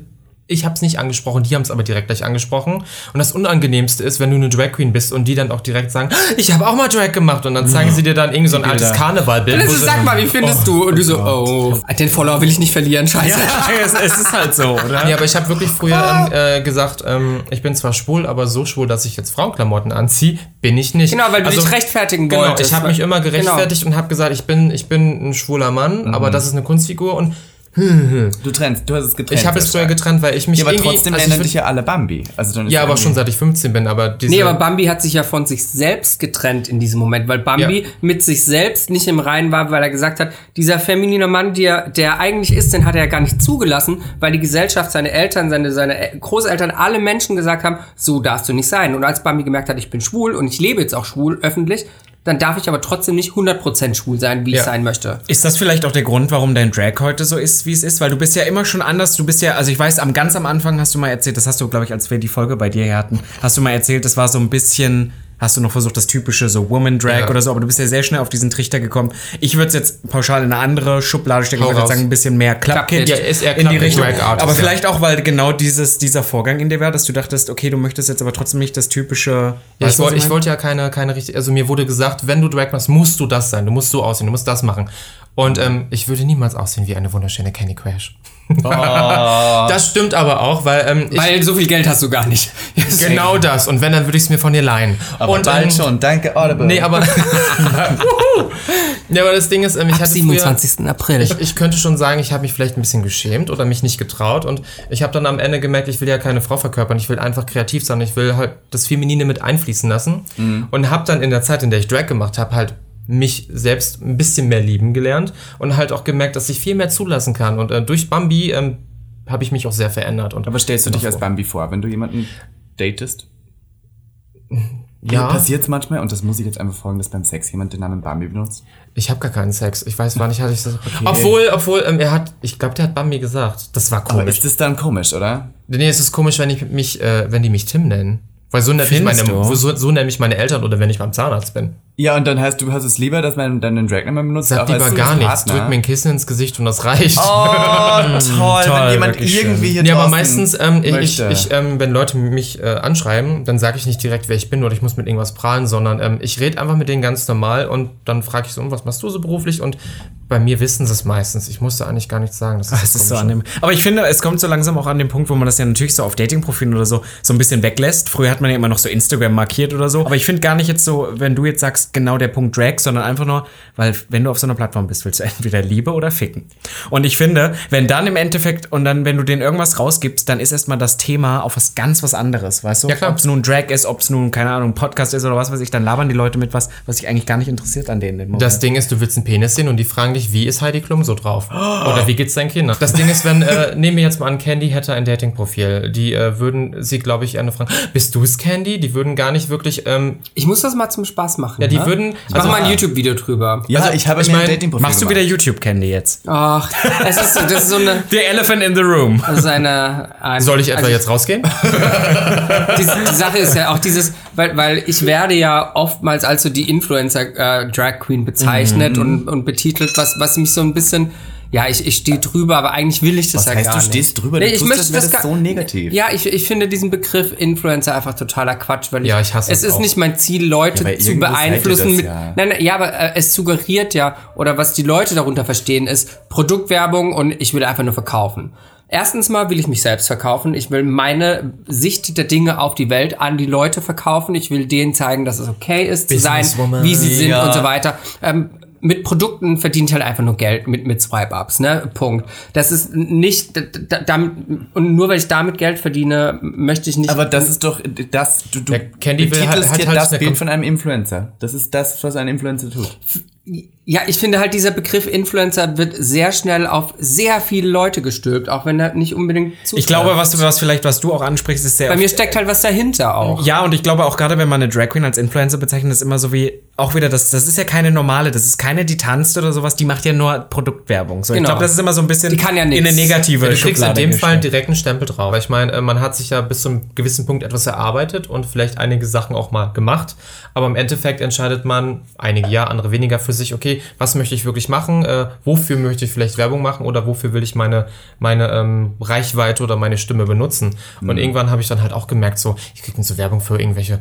Speaker 2: ich habe es nicht angesprochen, die haben es aber direkt gleich angesprochen. Und das Unangenehmste ist, wenn du eine Drag Queen bist und die dann auch direkt sagen, "Ah, ich habe auch mal Drag gemacht. Und dann zeigen sie dir dann irgendwie so ein altes Karnevalbild. wo
Speaker 1: Also,
Speaker 2: sie-
Speaker 1: sag mal, wie findest du? Und du so, oh, den Follower will ich nicht verlieren, scheiße.
Speaker 5: es, es ist halt so, oder?
Speaker 2: Ja, aber ich habe wirklich
Speaker 1: Ah.
Speaker 2: früher ähm, äh, gesagt, ähm, ich bin zwar schwul, aber so schwul, dass ich jetzt Frauenklamotten anziehe, bin ich nicht.
Speaker 1: Genau, weil du dich rechtfertigen
Speaker 2: Genau,
Speaker 1: wolltest. ne? Genau.
Speaker 2: ich habe mich immer gerechtfertigt und habe gesagt, ich bin, ich bin ein schwuler
Speaker 4: Mhm.
Speaker 2: Mann, aber das ist eine Kunstfigur und
Speaker 4: Du trennst, du hast es getrennt.
Speaker 2: ich habe es früher getrennt, weil ich mich
Speaker 4: Ja, aber
Speaker 2: irgendwie,
Speaker 4: trotzdem
Speaker 2: also ich
Speaker 4: nennen
Speaker 2: würd,
Speaker 4: dich ja alle Bambi. Also dann ist
Speaker 2: ja, aber
Speaker 4: irgendwie-
Speaker 2: schon seit ich 15 bin, aber diese
Speaker 1: Nee, aber Bambi hat sich ja von sich selbst getrennt in diesem Moment, weil Bambi
Speaker 2: Ja.
Speaker 1: mit sich selbst nicht im Reinen war, weil er gesagt hat, dieser feminine Mann, der, der eigentlich ist, den hat er ja gar nicht zugelassen, weil die Gesellschaft, seine Eltern, seine, seine Ä- Großeltern, alle Menschen gesagt haben, so darfst du nicht sein. Und als Bambi gemerkt hat, ich bin schwul und ich lebe jetzt auch schwul öffentlich, dann darf ich aber trotzdem nicht 100% schwul sein, wie ich
Speaker 2: Ja.
Speaker 1: sein möchte.
Speaker 5: Ist das vielleicht auch der Grund, warum dein Drag heute so ist, wie es ist? Weil du bist ja immer schon anders. Du bist ja, also ich weiß, am ganz am Anfang hast du mal erzählt, das hast du, glaube ich, als wir die Folge bei dir hier hatten, hast du mal erzählt, das war so ein bisschen, hast du noch versucht, das typische so Woman Drag
Speaker 2: Ja.
Speaker 5: oder so, aber du bist ja sehr schnell auf diesen Trichter gekommen. Ich würde es jetzt pauschal in eine andere Schublade stecken,
Speaker 2: Hau
Speaker 5: ich würde
Speaker 2: raus.
Speaker 5: sagen, ein bisschen mehr Klappkind.
Speaker 1: Klappkind. Ja,
Speaker 2: ist eher
Speaker 5: in die
Speaker 2: Klappkind,
Speaker 5: Richtung.
Speaker 2: Drag Artist,
Speaker 5: aber
Speaker 2: ja.
Speaker 5: vielleicht auch, weil genau dieses, dieser Vorgang in dir war, dass du dachtest, okay, du möchtest jetzt aber trotzdem nicht das typische.
Speaker 2: Ja, ich
Speaker 5: Weißt du, was
Speaker 2: wollte ich
Speaker 5: meine?
Speaker 2: wollte ja keine, keine richtige, also mir wurde gesagt, wenn du Drag machst, musst du das sein, du musst so aussehen, du musst das machen. Und ähm, ich würde niemals aussehen wie eine wunderschöne Candy Crash.
Speaker 4: Oh.
Speaker 2: das stimmt aber auch, weil ähm, ich,
Speaker 1: Weil so viel Geld hast du gar nicht.
Speaker 2: genau das. Und wenn, dann würde ich es mir von dir leihen.
Speaker 4: Aber
Speaker 2: Und
Speaker 4: bald
Speaker 2: ähm,
Speaker 4: schon. Danke, Audible.
Speaker 2: Nee, aber. Wuhu. ja, aber das Ding ist, ähm, ich
Speaker 1: Ab
Speaker 2: hatte
Speaker 1: 27. April.
Speaker 2: Früher, ich könnte schon sagen, ich habe mich vielleicht ein bisschen geschämt oder mich nicht getraut. Und ich habe dann am Ende gemerkt, ich will ja keine Frau verkörpern. Ich will einfach kreativ sein. Ich will halt das Feminine mit einfließen lassen.
Speaker 4: Mhm.
Speaker 2: Und habe dann in der Zeit, in der ich Drag gemacht habe, halt mich selbst ein bisschen mehr lieben gelernt und halt auch gemerkt, dass ich viel mehr zulassen kann. Und äh, durch Bambi ähm, habe ich mich auch sehr verändert. Und
Speaker 4: aber stellst du dich als Bambi vor, wenn du jemanden datest? Mir
Speaker 2: ja,
Speaker 4: passiert's manchmal, und das muss ich jetzt einfach folgen, dass beim Sex jemand den Namen Bambi benutzt.
Speaker 2: Ich habe gar keinen Sex. Ich weiß, wann ich hatte ich das. Obwohl, obwohl, ähm, er hat, ich glaube, der hat Bambi gesagt. Das war
Speaker 4: Aber
Speaker 2: komisch.
Speaker 4: ist das dann komisch, oder?
Speaker 2: nee, es ist komisch, wenn ich mich, äh, wenn die mich Tim nennen. Weil so nenne ich meine,
Speaker 5: Findest du?
Speaker 2: so, so nenne ich meine Eltern oder wenn ich beim Zahnarzt bin.
Speaker 4: Ja, und dann heißt du, hast es lieber, dass man deinen Dragname benutzt.
Speaker 2: Sag
Speaker 4: auch als
Speaker 2: lieber gar nichts.
Speaker 4: Partner.
Speaker 2: Drück mir ein Kissen ins Gesicht und das reicht.
Speaker 4: Oh, toll,
Speaker 5: Toll,
Speaker 4: wenn jemand
Speaker 5: wirklich schön.
Speaker 4: irgendwie hier
Speaker 2: Ja, aber
Speaker 4: draußen
Speaker 2: meistens, ähm, ich, ich,
Speaker 4: möchte.
Speaker 2: ich, ähm, wenn Leute mich äh, anschreiben, dann sage ich nicht direkt, wer ich bin oder ich muss mit irgendwas prahlen, sondern ähm, ich rede einfach mit denen ganz normal und dann frage ich so, "Und was machst du so beruflich? Und bei mir wissen sie es meistens. Ich musste eigentlich gar nichts sagen. Das
Speaker 5: Es ist so
Speaker 2: Komische.
Speaker 5: an dem, ne? aber ich finde, es kommt so langsam auch an den Punkt, wo man das ja natürlich so auf Datingprofilen oder so so ein bisschen weglässt. Früher hat man ja immer noch so Instagram markiert oder so. Aber ich finde gar nicht jetzt so, wenn du jetzt sagst, genau der Punkt Drag, sondern einfach nur, weil wenn du auf so einer Plattform bist, willst du entweder Liebe oder ficken. Und ich finde, wenn dann im Endeffekt und dann, wenn du denen irgendwas rausgibst, dann ist erstmal das Thema auf was ganz was anderes, weißt du?
Speaker 2: Ja, klar.
Speaker 5: Ob es nun Drag ist, ob es nun, keine Ahnung, Podcast ist oder was weiß ich, dann labern die Leute mit was, was sich eigentlich gar nicht interessiert an denen. im Moment.
Speaker 2: Das Ding ist, du willst einen Penis sehen und die fragen dich, wie ist Heidi Klum so drauf? Oder wie geht's deinen Kindern? Das Ding ist, wenn, äh, nehmen wir jetzt mal an, Candy hätte ein Dating-Profil. Die äh, würden sie, glaube ich, eine fragen, bist du es, Candy? Die würden gar nicht wirklich, ähm,
Speaker 1: Ich muss das mal zum Spaß machen.
Speaker 2: ja, die
Speaker 1: ne?
Speaker 2: würden,
Speaker 1: Ich mach mal ein YouTube-Video drüber.
Speaker 4: ja,
Speaker 2: also,
Speaker 4: ich habe
Speaker 2: ich
Speaker 4: mir
Speaker 2: mein,
Speaker 4: ein Datingprofil
Speaker 5: Machst du
Speaker 4: gemacht.
Speaker 5: wieder YouTube-Candy jetzt?
Speaker 1: Ach, es ist, so- das ist so eine,
Speaker 5: The Elephant in the Room.
Speaker 1: Also seine. Ein,
Speaker 2: soll ich etwa
Speaker 1: also
Speaker 2: jetzt rausgehen?
Speaker 1: Die, die Sache ist ja auch dieses, weil, weil ich werde ja oftmals als so die Influencer äh, Drag Queen
Speaker 2: Mhm.
Speaker 1: bezeichnet und, und betitelt, was, was mich so ein bisschen. Ja, ich, ich stehe drüber, aber eigentlich will ich das
Speaker 4: Was
Speaker 1: ja
Speaker 4: heißt,
Speaker 1: gar
Speaker 4: du
Speaker 1: nicht.
Speaker 4: stehst drüber? Du
Speaker 1: ich
Speaker 4: tust,
Speaker 1: möchte
Speaker 4: als wäre das
Speaker 1: gar-
Speaker 4: so negativ.
Speaker 1: Ja, ich, ich finde diesen Begriff Influencer einfach totaler Quatsch, weil
Speaker 2: Ja, ich hasse
Speaker 1: es
Speaker 2: es
Speaker 1: ist
Speaker 2: auch.
Speaker 1: nicht mein Ziel, Leute
Speaker 4: Ja, weil
Speaker 1: zu
Speaker 4: irgendwo seid ihr
Speaker 1: beeinflussen.
Speaker 4: das
Speaker 1: Mit,
Speaker 4: ja.
Speaker 1: Nein, nein, ja, aber äh, es suggeriert ja, oder was die Leute darunter verstehen, ist Produktwerbung und ich will einfach nur verkaufen. Erstens mal will ich mich selbst verkaufen. Ich will meine Sicht der Dinge auf die Welt an die Leute verkaufen. Ich will denen zeigen, dass es okay ist zu sein,
Speaker 2: Businesswoman.
Speaker 1: wie sie sind
Speaker 4: Ja.
Speaker 1: und so weiter. Ähm, mit Produkten verdient halt einfach nur Geld mit, mit Swipe-Ups, ne? Punkt. Das ist nicht, da, da, damit, und nur weil ich damit Geld verdiene, möchte ich nicht.
Speaker 4: Aber das ist doch das, du, du
Speaker 2: Ja, Candy will-
Speaker 4: betitelst
Speaker 2: hat-
Speaker 4: hier
Speaker 2: hat halt
Speaker 4: das
Speaker 2: eine
Speaker 4: Bild
Speaker 2: Kom-
Speaker 4: von einem Influencer. Das ist das, was ein Influencer tut.
Speaker 1: Ja, ich finde halt, dieser Begriff Influencer wird sehr schnell auf sehr viele Leute gestülpt, auch wenn er nicht unbedingt zu.
Speaker 5: Ich glaube, was, was vielleicht, was du auch ansprichst, ist sehr
Speaker 1: Bei
Speaker 5: oft-
Speaker 1: mir steckt halt was dahinter auch.
Speaker 5: ja, und ich glaube auch gerade, wenn man eine Drag Queen als Influencer bezeichnet, ist immer so wie, auch wieder, das, das ist ja keine normale, das ist keine, die tanzt oder sowas, die macht ja nur Produktwerbung. So, Ich
Speaker 1: Genau.
Speaker 5: glaube, das ist immer so ein bisschen
Speaker 1: Die kann ja
Speaker 5: in eine
Speaker 1: nix.
Speaker 5: negative
Speaker 2: Du kriegst in
Speaker 5: Schublade
Speaker 2: dem Fall
Speaker 5: gestellt.
Speaker 2: direkt einen Stempel drauf. Weil Ich meine, äh, man hat sich ja bis zu einem gewissen Punkt etwas erarbeitet und vielleicht einige Sachen auch mal gemacht. Aber im Endeffekt entscheidet man, einige ja, andere weniger, für sich, okay, was möchte ich wirklich machen, äh, wofür möchte ich vielleicht Werbung machen oder wofür will ich meine, meine ähm, Reichweite oder meine Stimme benutzen.
Speaker 5: Mhm.
Speaker 2: Und irgendwann habe ich dann halt auch gemerkt, so, ich kriege so Werbung für irgendwelche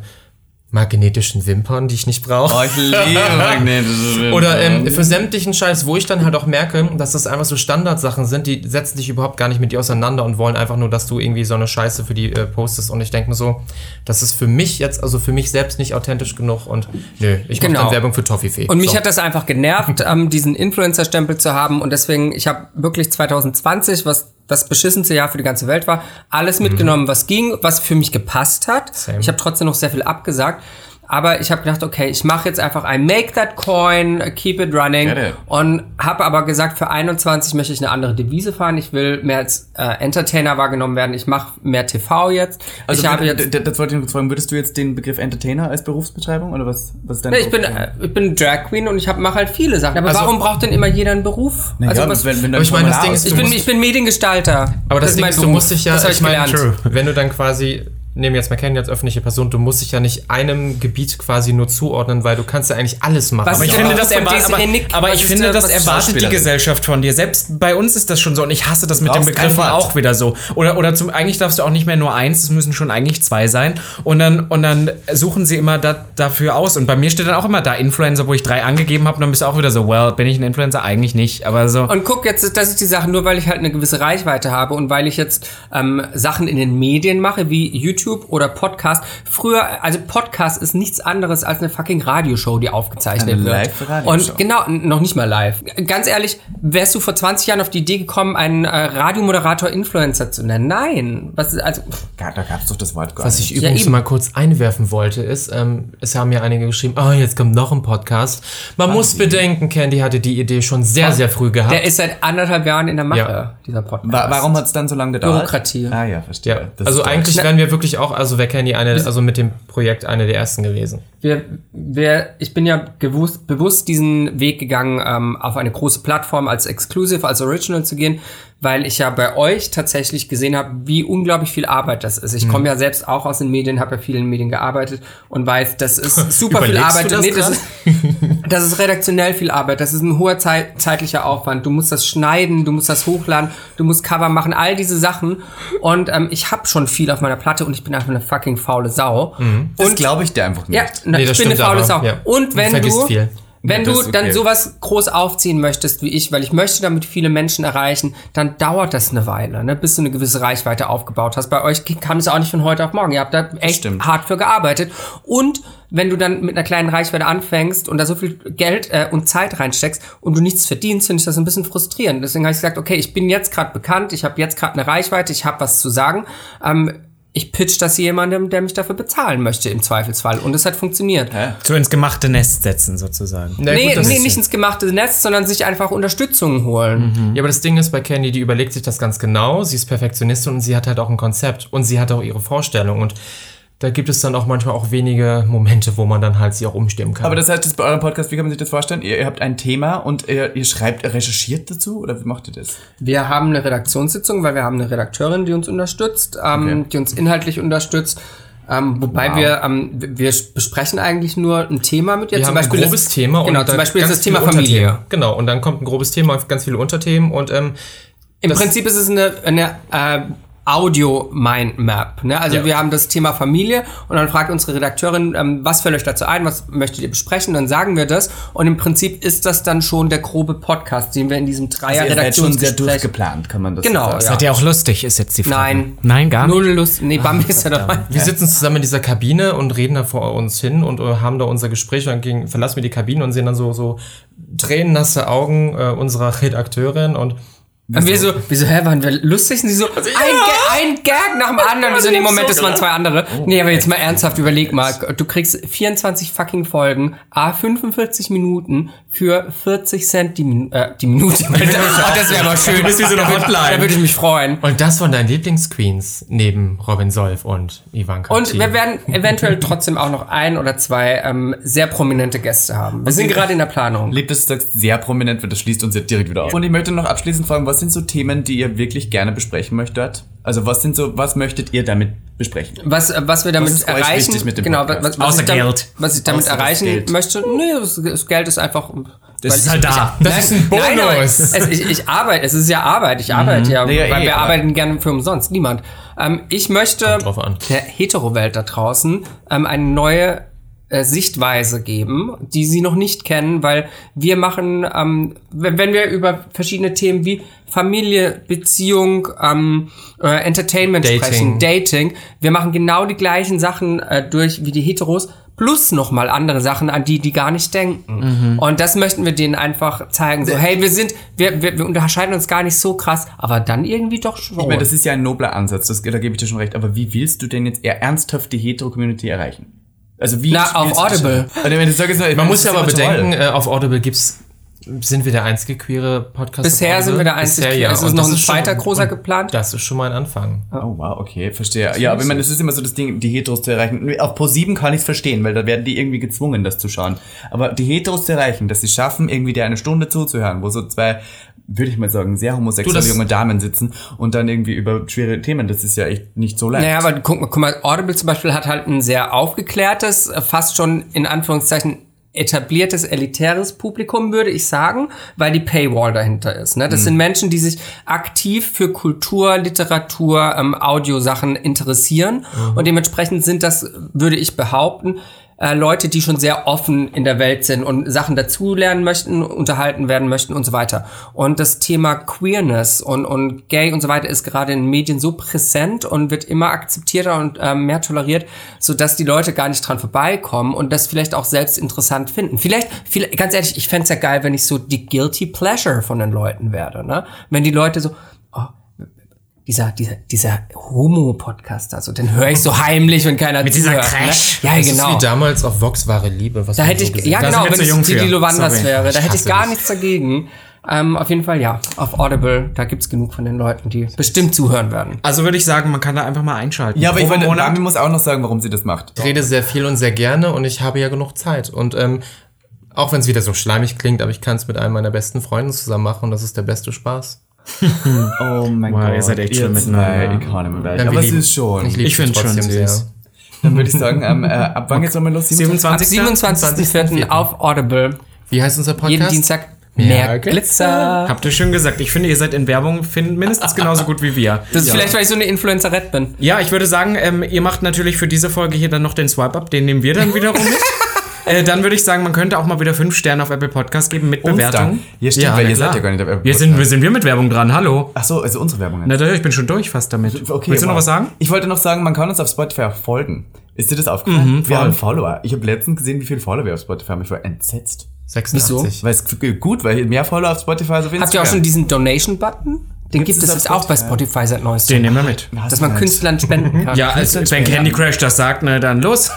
Speaker 2: magnetischen Wimpern, die ich nicht brauche.
Speaker 4: Oh, ich liebe magnetische Wimpern.
Speaker 2: Oder ähm, für sämtlichen Scheiß, wo ich dann halt auch merke, dass das einfach so Standardsachen sind, die setzen dich überhaupt gar nicht mit dir auseinander und wollen einfach nur, dass du irgendwie so eine Scheiße für die äh, postest. Und ich denke mir so, das ist für mich jetzt, also für mich selbst nicht authentisch genug und nö, ich mache
Speaker 1: Genau.
Speaker 2: dann Werbung für Toffifee.
Speaker 1: Und mich
Speaker 2: so.
Speaker 1: hat das einfach genervt, ähm, diesen Influencer-Stempel zu haben. Und deswegen, ich habe wirklich 2020, was das beschissenste Jahr für die ganze Welt war, alles
Speaker 4: Mhm.
Speaker 1: mitgenommen, was ging, was für mich gepasst hat.
Speaker 2: Same.
Speaker 1: Ich habe trotzdem noch sehr viel abgesagt. Aber ich habe gedacht, okay, ich mache jetzt einfach ein Make That Coin, Keep It Running.
Speaker 4: Get it.
Speaker 1: Und habe aber gesagt, für 21 möchte ich eine andere Devise fahren. Ich will mehr als äh, Entertainer wahrgenommen werden. Ich mache mehr TV jetzt.
Speaker 4: Also,
Speaker 1: ich habe jetzt
Speaker 4: d- d- das wollte ich noch kurz fragen. Würdest du jetzt den Begriff Entertainer als Berufsbeschreibung oder was, was ist dein
Speaker 1: Nee, ich bin, äh, ich bin Drag Queen und ich mache halt viele Sachen. Aber
Speaker 2: Also-
Speaker 1: warum braucht denn immer jeder einen Beruf?
Speaker 4: also ja,
Speaker 1: was,
Speaker 4: wenn, wenn du
Speaker 2: aber ich
Speaker 4: ein
Speaker 2: meine, das
Speaker 4: Formular
Speaker 2: Ding ist,
Speaker 1: ich,
Speaker 2: du
Speaker 1: bin,
Speaker 2: musst-
Speaker 1: ich bin Mediengestalter.
Speaker 2: Aber das,
Speaker 1: ist
Speaker 2: Ding
Speaker 1: mein
Speaker 2: ist, du
Speaker 1: Beruf.
Speaker 2: musst dich ja,
Speaker 1: das hab ich, gelernt.
Speaker 2: wenn du dann quasi, nehmen wir jetzt McKenna als öffentliche Person, du musst dich ja nicht einem Gebiet quasi nur zuordnen, weil du kannst ja eigentlich alles machen.
Speaker 1: Was
Speaker 5: Aber ich
Speaker 1: Ja,
Speaker 5: finde,
Speaker 1: aber
Speaker 5: das,
Speaker 1: der
Speaker 5: erwar aber,
Speaker 1: Disney Nick,
Speaker 5: aber ich
Speaker 1: was-
Speaker 5: finde, das
Speaker 1: äh, was
Speaker 5: erwartet die
Speaker 4: Schauspielerin?
Speaker 5: Gesellschaft von dir. Selbst bei uns ist das schon so. Und ich hasse das mit den
Speaker 4: brauchst kein
Speaker 5: Begriffen
Speaker 4: Wort.
Speaker 5: auch wieder so. Oder, oder zum, eigentlich darfst du auch nicht mehr nur eins, es müssen schon eigentlich zwei sein. Und dann, und dann suchen sie immer da, dafür aus. Und bei mir steht dann auch immer da Influencer, wo ich drei angegeben habe. Und dann bist du auch wieder so, well, bin ich ein Influencer? Eigentlich nicht. Aber so.
Speaker 1: Und guck, jetzt ist das ist die Sache, nur weil ich halt eine gewisse Reichweite habe und weil ich jetzt ähm, Sachen in den Medien mache, wie YouTube oder Podcast. Früher, also Podcast ist nichts anderes als eine fucking Radioshow, die aufgezeichnet
Speaker 4: Eine
Speaker 1: wird.
Speaker 4: Live-Radioshow.
Speaker 1: und genau, n- noch nicht mal live. Ganz ehrlich, wärst du vor 20 Jahren auf die Idee gekommen, einen äh, Radiomoderator Influencer zu nennen? Nein. Was ist, also, pff,
Speaker 4: Ja, da gab's doch das Wort gar
Speaker 2: Was
Speaker 4: nicht.
Speaker 2: ich übrigens
Speaker 1: eben.
Speaker 2: mal kurz einwerfen wollte, ist, ähm, es haben ja einige geschrieben, oh, jetzt kommt noch ein Podcast. Man muss bedenken, Candy hatte die Idee schon sehr, sehr früh gehabt.
Speaker 1: Ah, der ist seit anderthalb Jahren in der Mache,
Speaker 2: Ja.
Speaker 1: dieser Podcast.
Speaker 4: Wa warum hat's dann so lange gedauert?
Speaker 1: Bürokratie.
Speaker 4: Ah ja, verstehe.
Speaker 2: ja,
Speaker 4: Das
Speaker 2: also
Speaker 4: ist
Speaker 2: eigentlich
Speaker 1: Na-
Speaker 2: wären wir wirklich auch, also wäre Candy eine, also mit dem Projekt eine der ersten gewesen.
Speaker 1: wir, wir, ich bin ja gewusst, bewusst diesen Weg gegangen, ähm, auf eine große Plattform als Exclusive, als Original zu gehen, weil ich ja bei euch tatsächlich gesehen habe, wie unglaublich viel Arbeit das ist.
Speaker 2: Hm.
Speaker 1: Ich komme ja selbst auch aus den Medien, habe ja viel in Medien gearbeitet und weiß, das ist super viel
Speaker 2: Überlegst du
Speaker 1: Arbeit.
Speaker 2: das
Speaker 1: das, ist, das ist redaktionell viel Arbeit, das ist ein hoher Zei- zeitlicher Aufwand. Du musst das schneiden, du musst das hochladen, du musst Cover machen, all diese Sachen. Und ähm, ich habe schon viel auf meiner Platte und ich bin einfach eine fucking faule Sau.
Speaker 4: Mhm. Das glaube ich dir einfach nicht.
Speaker 1: Ja, na,
Speaker 2: Nee,
Speaker 1: ich
Speaker 2: das
Speaker 1: bin eine
Speaker 2: stimmt
Speaker 1: faule
Speaker 2: aber,
Speaker 1: Sau.
Speaker 2: ja.
Speaker 1: Und
Speaker 2: Du
Speaker 1: wenn
Speaker 2: vergisst
Speaker 1: du,
Speaker 2: viel.
Speaker 1: wenn
Speaker 4: Ja, das
Speaker 1: du
Speaker 4: ist
Speaker 1: dann
Speaker 4: okay.
Speaker 1: sowas groß aufziehen möchtest wie ich, weil ich möchte damit viele Menschen erreichen, dann dauert das eine Weile, ne, bis du eine gewisse Reichweite aufgebaut hast. Bei euch kam es auch nicht von heute auf morgen. Ihr habt da echt
Speaker 4: stimmt.
Speaker 1: hart für gearbeitet. Und wenn du dann mit einer kleinen Reichweite anfängst und da so viel Geld äh, und Zeit reinsteckst und du nichts verdienst, finde ich das ein bisschen frustrierend. Deswegen habe ich gesagt, okay, ich bin jetzt gerade bekannt, ich habe jetzt gerade eine Reichweite, ich habe was zu sagen. Ähm, ich pitch das jemandem, der mich dafür bezahlen möchte im Zweifelsfall. Und es hat funktioniert.
Speaker 5: So ins gemachte Nest setzen sozusagen.
Speaker 2: Na
Speaker 1: Nee,
Speaker 2: gut, das
Speaker 1: nee
Speaker 2: ist-
Speaker 1: nicht ins gemachte Netz, sondern sich einfach Unterstützung holen.
Speaker 2: Ja, aber das Ding ist bei Candy, die überlegt sich das ganz genau. Sie ist Perfektionistin und sie hat halt auch ein Konzept und sie hat auch ihre Vorstellung. Und da gibt es dann auch manchmal auch wenige Momente, wo man dann halt sie auch umstimmen kann.
Speaker 4: Aber das heißt, das bei eurem Podcast, wie kann man sich das vorstellen? Ihr, ihr habt ein Thema und ihr, ihr schreibt, recherchiert dazu oder wie macht ihr das?
Speaker 1: Wir haben eine Redaktionssitzung, weil wir haben eine Redakteurin, die uns unterstützt, ähm, die uns inhaltlich unterstützt. Ähm, wobei wir, ähm, wir besprechen eigentlich nur ein Thema mit ihr.
Speaker 2: wir haben ein grobes
Speaker 1: das,
Speaker 2: Thema
Speaker 1: Genau, zum
Speaker 2: und dann
Speaker 1: Beispiel ist
Speaker 2: ganz
Speaker 1: das Thema
Speaker 2: viele
Speaker 1: Familie.
Speaker 2: Unterthemen. Genau, und dann kommt ein grobes Thema, ganz viele Unterthemen und ähm,
Speaker 1: Im
Speaker 2: Das-
Speaker 1: Prinzip ist es eine, eine äh, Audio-Mindmap. Ne? Also
Speaker 2: Ja.
Speaker 1: wir haben das Thema Familie und dann fragt unsere Redakteurin, ähm, was fällt euch dazu ein, was möchtet ihr besprechen, dann sagen wir das. Und im Prinzip ist das dann schon der grobe Podcast, den wir in diesem
Speaker 4: ihr seid schon sehr
Speaker 1: Dreier-Redaktionsgespräch...
Speaker 4: durchgeplant, kann man das
Speaker 1: Genau,
Speaker 4: so
Speaker 1: ja.
Speaker 5: Seid ihr auch lustig, ist jetzt die Frage.
Speaker 1: Nein.
Speaker 5: Nein, gar nicht.
Speaker 1: Null Lust. Nee, Bambi ist ja dabei.
Speaker 2: wir sitzen zusammen in dieser Kabine und reden da vor uns hin und äh, haben da unser Gespräch und dann gehen- verlassen wir die Kabine und sehen dann so, so tränennasse Augen äh, unserer Redakteurin und
Speaker 1: Und wir so, wieso, hä, waren wir lustig? Und sie so, ein, Ga- ein Gag nach dem anderen. Wir so, nee, Moment, das waren zwei andere. Nee, aber jetzt mal ernsthaft, überleg mal. Du kriegst 24 fucking Folgen, a 45 Minuten für 40 Cent die, Minu äh, die Minute. oh, das wäre aber schön.
Speaker 5: bist wie so eine Hotline.
Speaker 1: Da würde ich mich freuen.
Speaker 2: Und das von deinen Lieblingsqueens neben Robin Solf und Ivanka.
Speaker 1: Und
Speaker 2: T.
Speaker 1: wir werden eventuell trotzdem auch noch ein oder zwei ähm, sehr prominente Gäste haben. Wir sind gerade in der Planung.
Speaker 4: Lebt es sagst sehr prominent, weil das schließt uns jetzt direkt wieder auf. Und ich möchte noch abschließend fragen, was sind so Themen, die ihr wirklich gerne besprechen möchtet? Also was sind so, was möchtet ihr damit besprechen?
Speaker 1: Was, äh, was wir damit
Speaker 4: ist euch
Speaker 1: erreichen,
Speaker 4: wichtig mit dem
Speaker 1: genau, was,
Speaker 4: Podcast?
Speaker 1: was
Speaker 5: Außer
Speaker 1: ich damit,
Speaker 5: Geld.
Speaker 1: was ich damit
Speaker 4: Außer das
Speaker 1: erreichen
Speaker 4: Geld.
Speaker 1: möchte, nee, das, das Geld ist einfach
Speaker 5: Es ist halt da.
Speaker 2: Das ist ein
Speaker 1: Nein, aber es,
Speaker 2: Bonus. Mhm.
Speaker 1: ich, ich arbeite, es ist ja Arbeit, ich arbeite ja,
Speaker 4: Ja, ja,
Speaker 1: weil
Speaker 4: eh,
Speaker 1: wir
Speaker 4: aber-
Speaker 1: arbeiten gerne für umsonst, niemand. Ähm, ich möchte
Speaker 2: drauf an.
Speaker 1: der Hetero-Welt da draußen ähm, eine neue äh, Sichtweise geben, die sie noch nicht kennen, weil wir machen, ähm, wenn wenn wir über verschiedene Themen wie Familie, Beziehung, ähm, äh, Entertainment
Speaker 2: Dating.
Speaker 1: sprechen, Dating, wir machen genau die gleichen Sachen äh, durch wie die Heteros, plus nochmal andere Sachen, an die die gar nicht denken.
Speaker 2: Mhm.
Speaker 1: Und das möchten wir denen einfach zeigen. So, hey, wir sind, wir, wir, wir unterscheiden uns gar nicht so krass, aber dann irgendwie doch schon.
Speaker 4: Ich meine, das ist ja ein nobler Ansatz, das, da gebe ich dir schon recht. Aber wie willst du denn jetzt eher ernsthaft die Hetero-Community erreichen? Also wie
Speaker 1: Na, auf
Speaker 4: willst du-
Speaker 1: Audible.
Speaker 4: Und wenn du sagst, man,
Speaker 2: Man muss ja aber bedenken, äh, auf Audible gibt's, sind wir der einzige queere Podcast.
Speaker 1: Bisher
Speaker 2: auf
Speaker 1: sind
Speaker 2: Audible?
Speaker 1: wir der einzige.
Speaker 2: Bisher, ja.
Speaker 1: Es
Speaker 2: Und
Speaker 1: ist noch
Speaker 2: das
Speaker 1: ein
Speaker 2: schon-
Speaker 1: zweiter großer
Speaker 2: und
Speaker 1: geplant.
Speaker 2: Das ist schon mal ein Anfang.
Speaker 4: Oh wow, okay, verstehe. Ja, aber ich meine, das ist immer so das Ding, die Heteros zu erreichen. Auf Pro7 kann ich es verstehen, weil da werden die irgendwie gezwungen, das zu schauen. Aber die Heteros zu erreichen, dass sie schaffen, irgendwie dir eine Stunde zuzuhören, wo so zwei, würde ich mal sagen, sehr
Speaker 2: Du,
Speaker 4: homosexuelle
Speaker 2: das-
Speaker 4: junge Damen sitzen und dann irgendwie über schwere Themen, das ist ja echt nicht so leicht.
Speaker 1: Naja, aber guck mal, guck mal, Audible zum Beispiel hat halt ein sehr aufgeklärtes, äh, fast schon in Anführungszeichen etabliertes, elitäres Publikum, würde ich sagen, weil die Paywall dahinter ist. Ne? Das sind Menschen, die sich aktiv für Kultur, Literatur, ähm, Audiosachen interessieren. Und dementsprechend sind das, würde ich behaupten, äh, Leute, die schon sehr offen in der Welt sind und Sachen dazulernen möchten, unterhalten werden möchten und so weiter. Und das Thema Queerness und, und Gay und so weiter ist gerade in den Medien so präsent und wird immer akzeptierter und äh, mehr toleriert, sodass die Leute gar nicht dran vorbeikommen und das vielleicht auch selbst interessant finden. Vielleicht, viel, ganz ehrlich, ich fänd's ja geil, wenn ich so die Guilty Pleasure von den Leuten werde. Ne? Wenn die Leute so, oh, dieser, dieser, dieser Homo-Podcast, also den höre ich so heimlich und keiner Mit
Speaker 5: dieser
Speaker 1: zuhört,
Speaker 5: Crash?
Speaker 1: Ne? Ja,
Speaker 2: Das
Speaker 1: genau.
Speaker 2: ist wie damals auf Vox wahre Liebe. Was
Speaker 1: Da
Speaker 2: man
Speaker 1: hätte
Speaker 2: so
Speaker 1: ich,
Speaker 2: gesehen
Speaker 1: ja
Speaker 2: hat.
Speaker 1: genau,
Speaker 5: Also
Speaker 1: wenn
Speaker 5: sind wir zu jung
Speaker 1: es
Speaker 5: für.
Speaker 1: Lilo Wanders
Speaker 5: Sorry.
Speaker 1: wäre, da
Speaker 2: Ich
Speaker 1: hätte ich
Speaker 2: hasse
Speaker 1: gar
Speaker 2: dich.
Speaker 1: nichts dagegen. Ähm, auf jeden Fall ja, auf Audible, da gibt's genug von den Leuten, die bestimmt zuhören werden.
Speaker 5: Also würde ich sagen, man kann da einfach mal einschalten.
Speaker 4: ja, aber ich
Speaker 5: Pro
Speaker 4: meine,
Speaker 5: Monat
Speaker 4: Mami muss auch noch sagen, warum sie das macht.
Speaker 2: Ich rede sehr viel und sehr gerne und ich habe ja genug Zeit. Und ähm, auch wenn es wieder so schleimig klingt, aber ich kann es mit einem meiner besten Freunden zusammen machen und das ist der beste Spaß.
Speaker 4: Oh mein
Speaker 5: Wow, ihr seid echt schlimm miteinander.
Speaker 4: Ich kann nicht mehr
Speaker 2: wir
Speaker 4: Aber es
Speaker 2: lieben-
Speaker 4: ist schon.
Speaker 2: liebe
Speaker 5: Ich find's
Speaker 2: sie trotzdem
Speaker 5: schon
Speaker 2: sehr.
Speaker 5: süß.
Speaker 4: Dann würde ich sagen, ähm, äh, ab wann geht's nochmal los?
Speaker 5: 27.
Speaker 1: Ab 27.04. auf Audible,
Speaker 2: Wie heißt unser Podcast?
Speaker 1: jeden Dienstag mehr
Speaker 2: Ja,
Speaker 1: Glitzer.
Speaker 5: Habt ihr schön gesagt. Ich finde, ihr seid in Werbung find, mindestens genauso gut wie wir.
Speaker 1: Das ist vielleicht, weil ich so eine Influencerette bin.
Speaker 5: Ja, ich würde sagen, ähm, ihr macht natürlich für diese Folge hier dann noch den Swipe-Up. Den nehmen wir dann wiederum mit. Äh, dann würde ich sagen, man könnte auch mal wieder fünf Sterne auf Apple Podcast geben mit Bewertung.
Speaker 4: Bewertung. Ja, stimmt,
Speaker 5: Ja,
Speaker 4: weil
Speaker 5: na
Speaker 4: ihr
Speaker 5: klar.
Speaker 4: seid ja gar nicht auf Apple
Speaker 5: Wir sind, wir sind wir mit Werbung dran. Hallo.
Speaker 4: Ach so, also unsere Werbung.
Speaker 5: Na, da- ich bin schon durch fast damit.
Speaker 4: Okay,
Speaker 5: Willst du noch
Speaker 4: wow.
Speaker 5: was sagen?
Speaker 4: Ich wollte noch sagen, man kann uns auf Spotify folgen. Ist dir das
Speaker 1: Mhm,
Speaker 4: aufgefallen? wir haben Follower. Ich habe letztens gesehen, wie viele Follower wir auf Spotify haben. Ich war entsetzt.
Speaker 2: 86.
Speaker 4: Weil es g- gut, weil mehr Follower auf Spotify als auf
Speaker 1: Habt ihr
Speaker 4: Instagram.
Speaker 1: auch schon diesen Donation-Button? Den gibt
Speaker 4: es
Speaker 1: es
Speaker 4: auf
Speaker 1: jetzt auch bei Spotify seit neuestem.
Speaker 5: Den nehmen wir mit.
Speaker 1: Dass man Künstlern spenden kann.
Speaker 5: Ja, also als, wenn Candy Crash das sagt, ne, dann los.